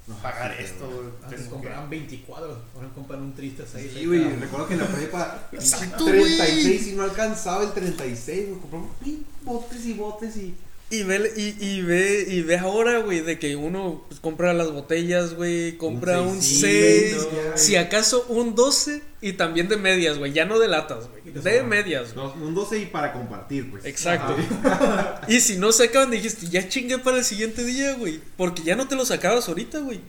S3: No,
S4: pagar
S3: sí,
S4: esto,
S3: güey.
S4: güey,
S2: Antes
S4: tengo que...
S2: compraban 24, ahora compran un triste 6.
S3: Sí, güey, recuerdo que en la prepa
S1: Exacto,
S3: 36 y no alcanzaba el 36, güey, compramos pin, botes y botes y
S1: Y ve, y, y ve, y ve ahora, güey, de que uno pues, compra las botellas, güey, compra
S3: Un
S1: un 6,
S3: seis, sí, no, güey.
S1: si acaso un 12 y también de medias, güey, ya no de latas, güey,
S2: Y te
S1: de
S2: sobran.
S1: medias, güey.
S3: no, un 12 y para compartir, pues.
S1: Exacto.
S3: Ajá.
S1: Y si no se acaban, dijiste, ya chingué para el siguiente día, güey, porque ya no te los acabas ahorita, güey.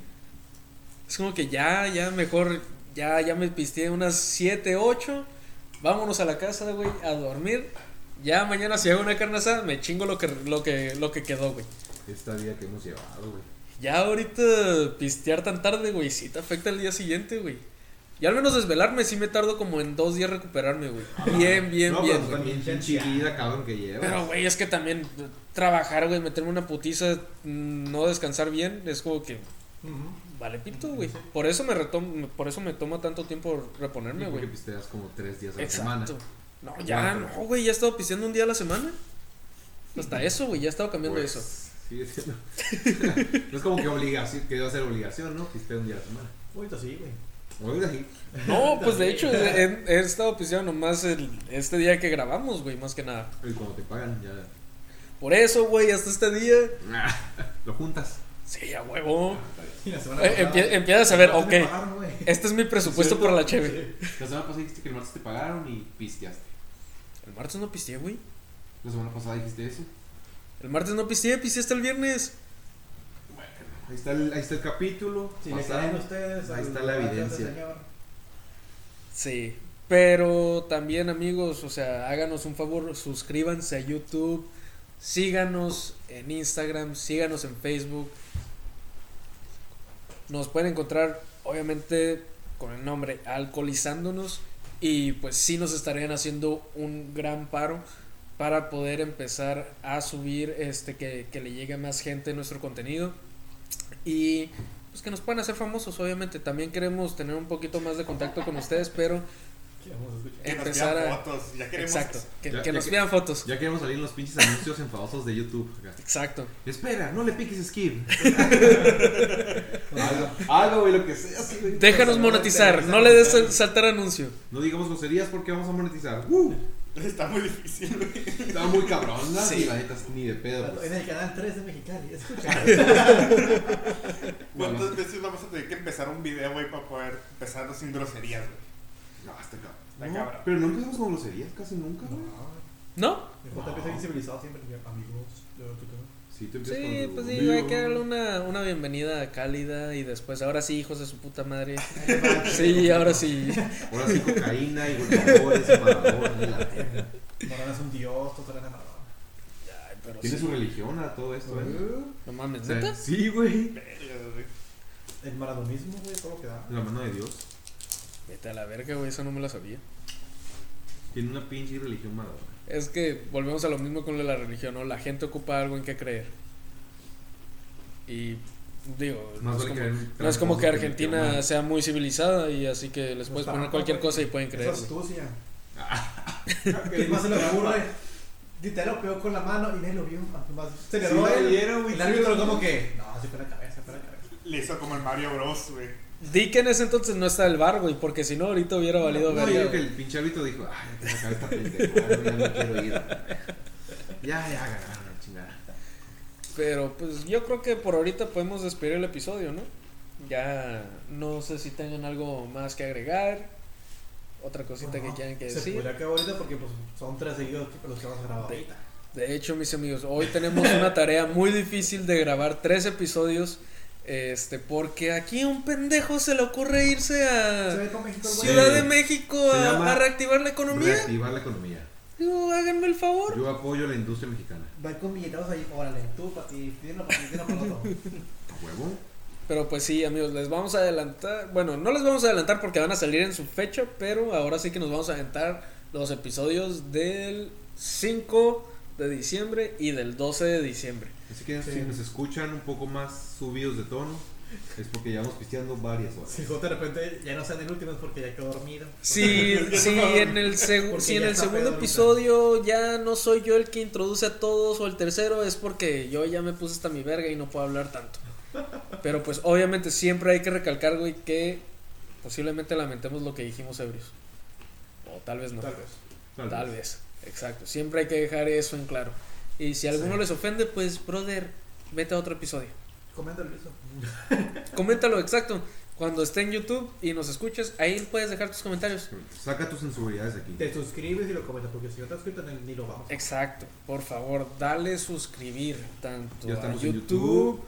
S1: Es como que ya, ya mejor, ya, ya me pisteé unas 7, 8, vámonos a la casa, güey, a dormir. Ya mañana si hago una carne asada, me chingo lo que, lo que, lo que quedó, güey.
S3: Esta vida que hemos llevado, güey.
S1: Ya ahorita pistear tan tarde, güey, sí te afecta el día siguiente, güey. Y al menos desvelarme sí me tardo como en dos días recuperarme, güey. Bien, bien,
S3: Ah, no,
S1: bien,
S3: pues, pero
S1: güey.
S3: también pinche vida, cabrón, que lleva.
S1: Pero, güey, es que también trabajar, güey, meterme una putiza, mm, no descansar bien, es como que vale pito, güey. Por eso me retom por eso me toma tanto tiempo reponerme,
S3: porque
S1: güey.
S3: pisteas como 3 días a la semana.
S1: Exacto. No, ya, no, güey, ya he estado pisteando un día a la semana. Hasta eso, güey, ya he estado cambiando
S3: Pues,
S1: eso.
S3: sigue siendo. no es como que obligación, que debe ser obligación, ¿no? Que esté un día a la semana.
S2: Ahorita sí, güey.
S3: Oiga, sí.
S1: No, pues de hecho, he, he estado pisteando nomás el, este día que grabamos, güey, más que nada.
S3: Y cuando te pagan, ya.
S1: Por eso, güey, hasta este día.
S3: Lo juntas.
S1: Sí, a huevo.
S2: Y la semana
S1: Eh,
S2: pasada-
S1: empie- empiezas a ver,
S2: No te
S1: ok.
S2: pagaron, güey.
S1: Este es mi presupuesto para la cheve.
S3: La semana pasada dijiste que el martes te pagaron y pisteaste.
S1: El martes no pisteé, güey.
S3: La semana pasada dijiste eso.
S1: El martes no pisteé, pisteé hasta el viernes.
S3: Ahí está el, ahí está el capítulo.
S2: Si le
S3: pasado.
S2: creen ustedes.
S3: Ahí
S2: al-
S3: está la
S2: al- al
S3: evidencia.
S2: señor.
S1: Sí. Pero también, amigos, o sea, háganos un favor, suscríbanse a YouTube, síganos en Instagram, síganos en Facebook. Nos pueden encontrar, obviamente, con el nombre Alcoholizándonos. Y pues sí nos estarían haciendo un gran paro para poder empezar a subir, este, que, que le llegue a más gente nuestro contenido. Y pues que nos puedan hacer famosos, obviamente. También queremos tener un poquito más de contacto con ustedes, pero
S2: Que vamos a escuchar.
S4: Que nos
S1: Empezar
S4: pidan
S1: a-
S4: fotos, ya queremos
S1: Exacto,
S4: eso.
S1: que,
S3: Ya-
S1: que
S3: ya
S1: nos
S3: que-
S1: pidan fotos.
S3: Ya queremos salir en los pinches anuncios enfadosos de YouTube. acá.
S1: Exacto.
S3: Espera, no le piques skip. Algo- Algo, güey, lo que sea. sí, güey.
S1: Déjanos monetizar, no le des
S3: monetizar.
S1: saltar anuncios.
S3: No digamos groserías porque vamos a monetizar. ¡Uh!
S4: Está muy difícil, güey.
S3: Está muy cabrón, ¿no?
S1: Sí.
S3: Sí, la neta, ni de pedo.
S2: En
S3: Pues.
S2: el canal 3 de Mexicali. Escucha.
S3: Bueno.
S4: ¿Cuántas veces vamos a tener que empezar un video, güey, para poder empezarlo sin groserías, güey?
S3: No, está cabrón.
S4: Está
S3: No,
S4: cabrón.
S3: Pero no empezamos con groserías casi nunca, güey.
S1: ¿No?
S2: Me falta que sea bien civilizado siempre. mi Amigos. de otro tema.
S3: Sí, tú empiezas con
S1: Sí,
S3: tu
S1: pues sí,
S3: amigo.
S1: hay que darle una, una bienvenida cálida y después, ahora sí, hijos de su puta madre. Sí, ahora sí.
S3: Ahora sí, cocaína y golpeadores y maradona y la tierra.
S2: Morana es un dios, Totorana no.
S1: Ay, pero
S3: Tiene
S1: sí.
S3: su religión a todo esto, ¿eh?
S1: No mames,
S3: O sea,
S1: ¿neta?
S3: Sí, güey.
S4: Verga, güey.
S2: El maradonismo, güey, todo lo que da.
S3: La mano de Dios.
S1: Vete a la verga, güey, eso no me lo sabía.
S3: Tiene una pinche religión maradona.
S1: Es que volvemos a lo mismo con lo de la religión, ¿no? La gente ocupa algo en que creer. Y digo, Pues no
S3: Más
S1: es
S3: vale
S1: como,
S3: creer en
S1: no es como
S3: tramposos
S1: que
S3: en
S1: Argentina
S3: Dios,
S1: sea muy civilizada y así que les
S2: No
S1: puedes
S2: está
S1: poner
S2: mal,
S1: cualquier
S2: güey.
S1: cosa y pueden creer.
S2: Es
S1: güey.
S2: astucia.
S3: ¿no?
S2: ¿Qué más se le ocurre? Dite lo pegó con la mano y nadie lo vio. Ah, nomás Se le
S3: Sí,
S2: dio
S3: lo vieron, güey.
S2: el árbitro como que. No, se fue la cabeza, fue la cabeza.
S4: Le hizo como el Mario Bros, güey.
S1: Di que en ese entonces no está el bar, güey, porque si no ahorita hubiera valido
S3: No, yo
S1: verga.
S3: creo que
S1: güey.
S3: el pinche árbitro dijo, ay, tengo que esta pendeja, ya no quiero ir. Ya, ya ganaron, la chingada.
S1: Pero pues yo creo que por ahorita podemos despedir el episodio, ¿no? Ya no sé si tengan algo más que agregar, otra cosita que quieran que
S2: Se
S1: decir.
S2: podría acabar ahorita porque pues, son tres seguidos los que vamos a grabar
S1: De-
S2: ahorita.
S1: De hecho, mis amigos, hoy tenemos una tarea muy difícil de grabar tres episodios. Este, porque aquí a un pendejo se le ocurre irse
S2: Se
S1: a
S2: ve con México, güey.
S1: Ciudad
S3: Sí.
S1: de México
S3: Se
S1: a,
S3: llama
S1: a reactivar la economía.
S3: Reactivar la economía.
S1: Digo, háganme el favor.
S3: Yo apoyo a la industria mexicana.
S2: Va con billeteros ahí, órale, tú para ti, tienes para ti, tienes para otro.
S3: ¿A huevo?
S1: Pero pues sí, amigos, les vamos a adelantar. Bueno, no les vamos a adelantar porque van a salir en su fecha, pero ahora sí que nos vamos a adelantar los episodios del 5 de diciembre y del 12 de diciembre.
S3: Así que
S2: Sí.
S3: si nos escuchan un poco más subidos de tono, es porque llevamos pisteando varias horas.
S2: Si yo de repente ya no sean el último es porque ya quedó dormido.
S1: Si, si en el, segu-
S2: Porque
S1: si en
S2: ya
S1: el
S2: está
S1: segundo
S2: pedo ahorita.
S1: episodio ya no soy yo el que introduce a todos o el tercero es porque yo ya me puse hasta mi verga y no puedo hablar tanto. Pero pues obviamente siempre hay que recalcar, güey, que posiblemente lamentemos lo que dijimos ebrios. O tal vez no.
S2: Tal vez.
S3: Tal
S1: Tal vez. Exacto. Siempre hay que dejar eso en claro. Y si a alguno les ofende, pues, brother, vete a otro episodio.
S2: Coméntalo eso.
S1: Coméntalo, exacto. Cuando esté en YouTube y nos escuches, ahí puedes dejar tus comentarios.
S3: Saca tus sensibilidades de aquí.
S2: Te suscribes y lo comentas porque si no te has suscrito ni- ni lo vamos. a-
S1: Exacto, por favor, dale suscribir tanto
S3: Ya
S1: a
S3: estamos
S1: YouTube,
S3: en YouTube.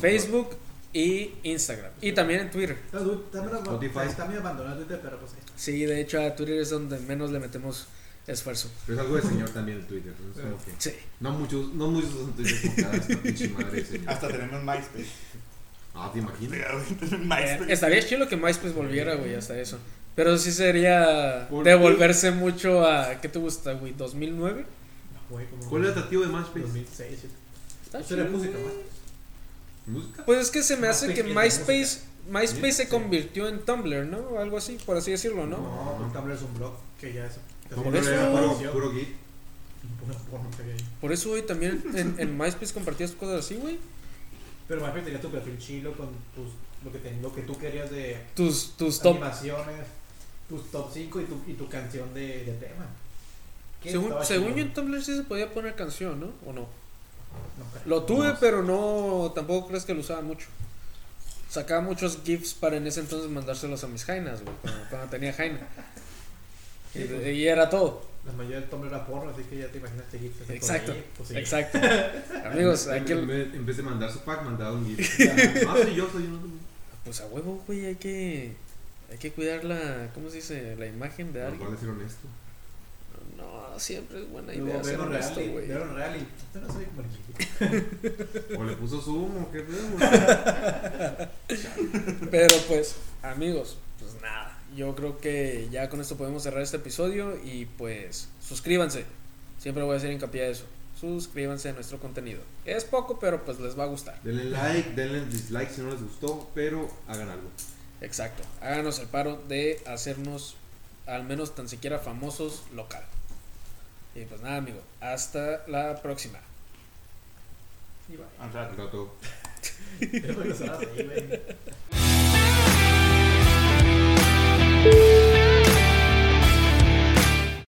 S1: Facebook y Instagram. Y también en Twitter.
S2: No, dude, está medio abandonado-
S3: Spotify.
S2: Está medio abandonado Twitter, pero pues ahí
S1: Sí, de hecho a Twitter es donde menos le metemos esfuerzo.
S3: Pero es algo de señor también el Twitter. ¿no? Es como que-
S1: Sí.
S3: no muchos, no muchos usan Twitter como que, "Ah, esta pinche madre, señor.
S4: Hasta tenemos MySpace.
S3: Ah, ¿te imaginas?
S4: Cuidado, güey, tenemos
S1: Eh,
S4: MySpace.
S1: estaría chido que MySpace volviera, güey, hasta eso. Pero sí sería
S3: ¿Por qué?
S1: devolverse mucho a... ¿Qué te gusta, güey? ¿2009?
S2: fue como
S3: ¿Cuál era el atractivo de MySpace?
S2: 2006. siete.
S1: Está
S2: Eso era
S1: chido,
S2: música,
S1: güey.
S2: Pues ¿no?
S3: ¿Música?
S1: Pues es que se me
S2: Más
S1: hace que
S2: pequeña
S1: MySpace... MySpace
S3: Sí,
S1: se
S3: sí.
S1: convirtió en Tumblr, ¿no? O Algo así, por así decirlo, ¿no?
S2: No, pues Tumblr es un blog que ya es.
S3: Como
S1: Por
S3: que
S1: eso-
S3: era puro, puro git.
S2: Puro porno que había ahí.
S1: Por eso, güey, también en, en MySpace compartías cosas así, güey.
S2: Pero más bien tenía tu perfil chilo con tus- lo, que te- lo que tú querías de
S1: Tus, tus top.
S2: animaciones, tus top 5 y tu, y tu canción de, de tema. ¿Qué
S1: Según,
S2: estaba
S1: según
S2: chilo?
S1: yo en Tumblr sí se podía poner canción, ¿no? ¿O no?
S2: No, creo.
S1: Lo tuve,
S3: No.
S1: pero no. Tampoco crees que lo usaba mucho. Sacaba muchos GIFs para en ese entonces mandárselos a mis jainas, güey. Cuando, cuando tenía jaina.
S2: Sí,
S1: Y-
S2: pues.
S1: y era todo.
S2: La mayoría del tombre era porno, así que ya te imaginaste que estás con
S1: Exacto,
S2: ella, pues, sí.
S1: Exacto. Amigos, hay
S3: en, en
S1: que.
S3: vez- en vez de mandar su pack, mandaba un gif. Ah, soy yo, soy uno.
S1: Pues a huevo, güey, hay que. Hay que cuidar la. ¿Cómo se dice? La imagen de
S3: Mejor
S1: alguien.
S3: decir honesto.
S1: No, siempre es buena idea
S2: Luego
S1: ser
S2: Veron
S1: honesto,
S2: Real, y-
S1: güey.
S2: Veron Real y yo no soy como el chico.
S3: O le puso zoom o qué pedo. güey.
S1: Pero pues, amigos, pues nada. Yo creo que ya con esto podemos cerrar este episodio y pues suscríbanse. Siempre voy a hacer hincapié a eso. Suscríbanse a nuestro contenido. Es poco, pero pues les va a gustar.
S3: Denle like, denle dislike si no les gustó, pero hagan algo.
S1: Exacto. Háganos el paro de hacernos al menos tan siquiera famosos local. Y pues nada, amigo. Hasta la próxima.
S2: Y va.
S4: Un rato.
S3: Un rato.
S2: Yo no lo sabía, güey.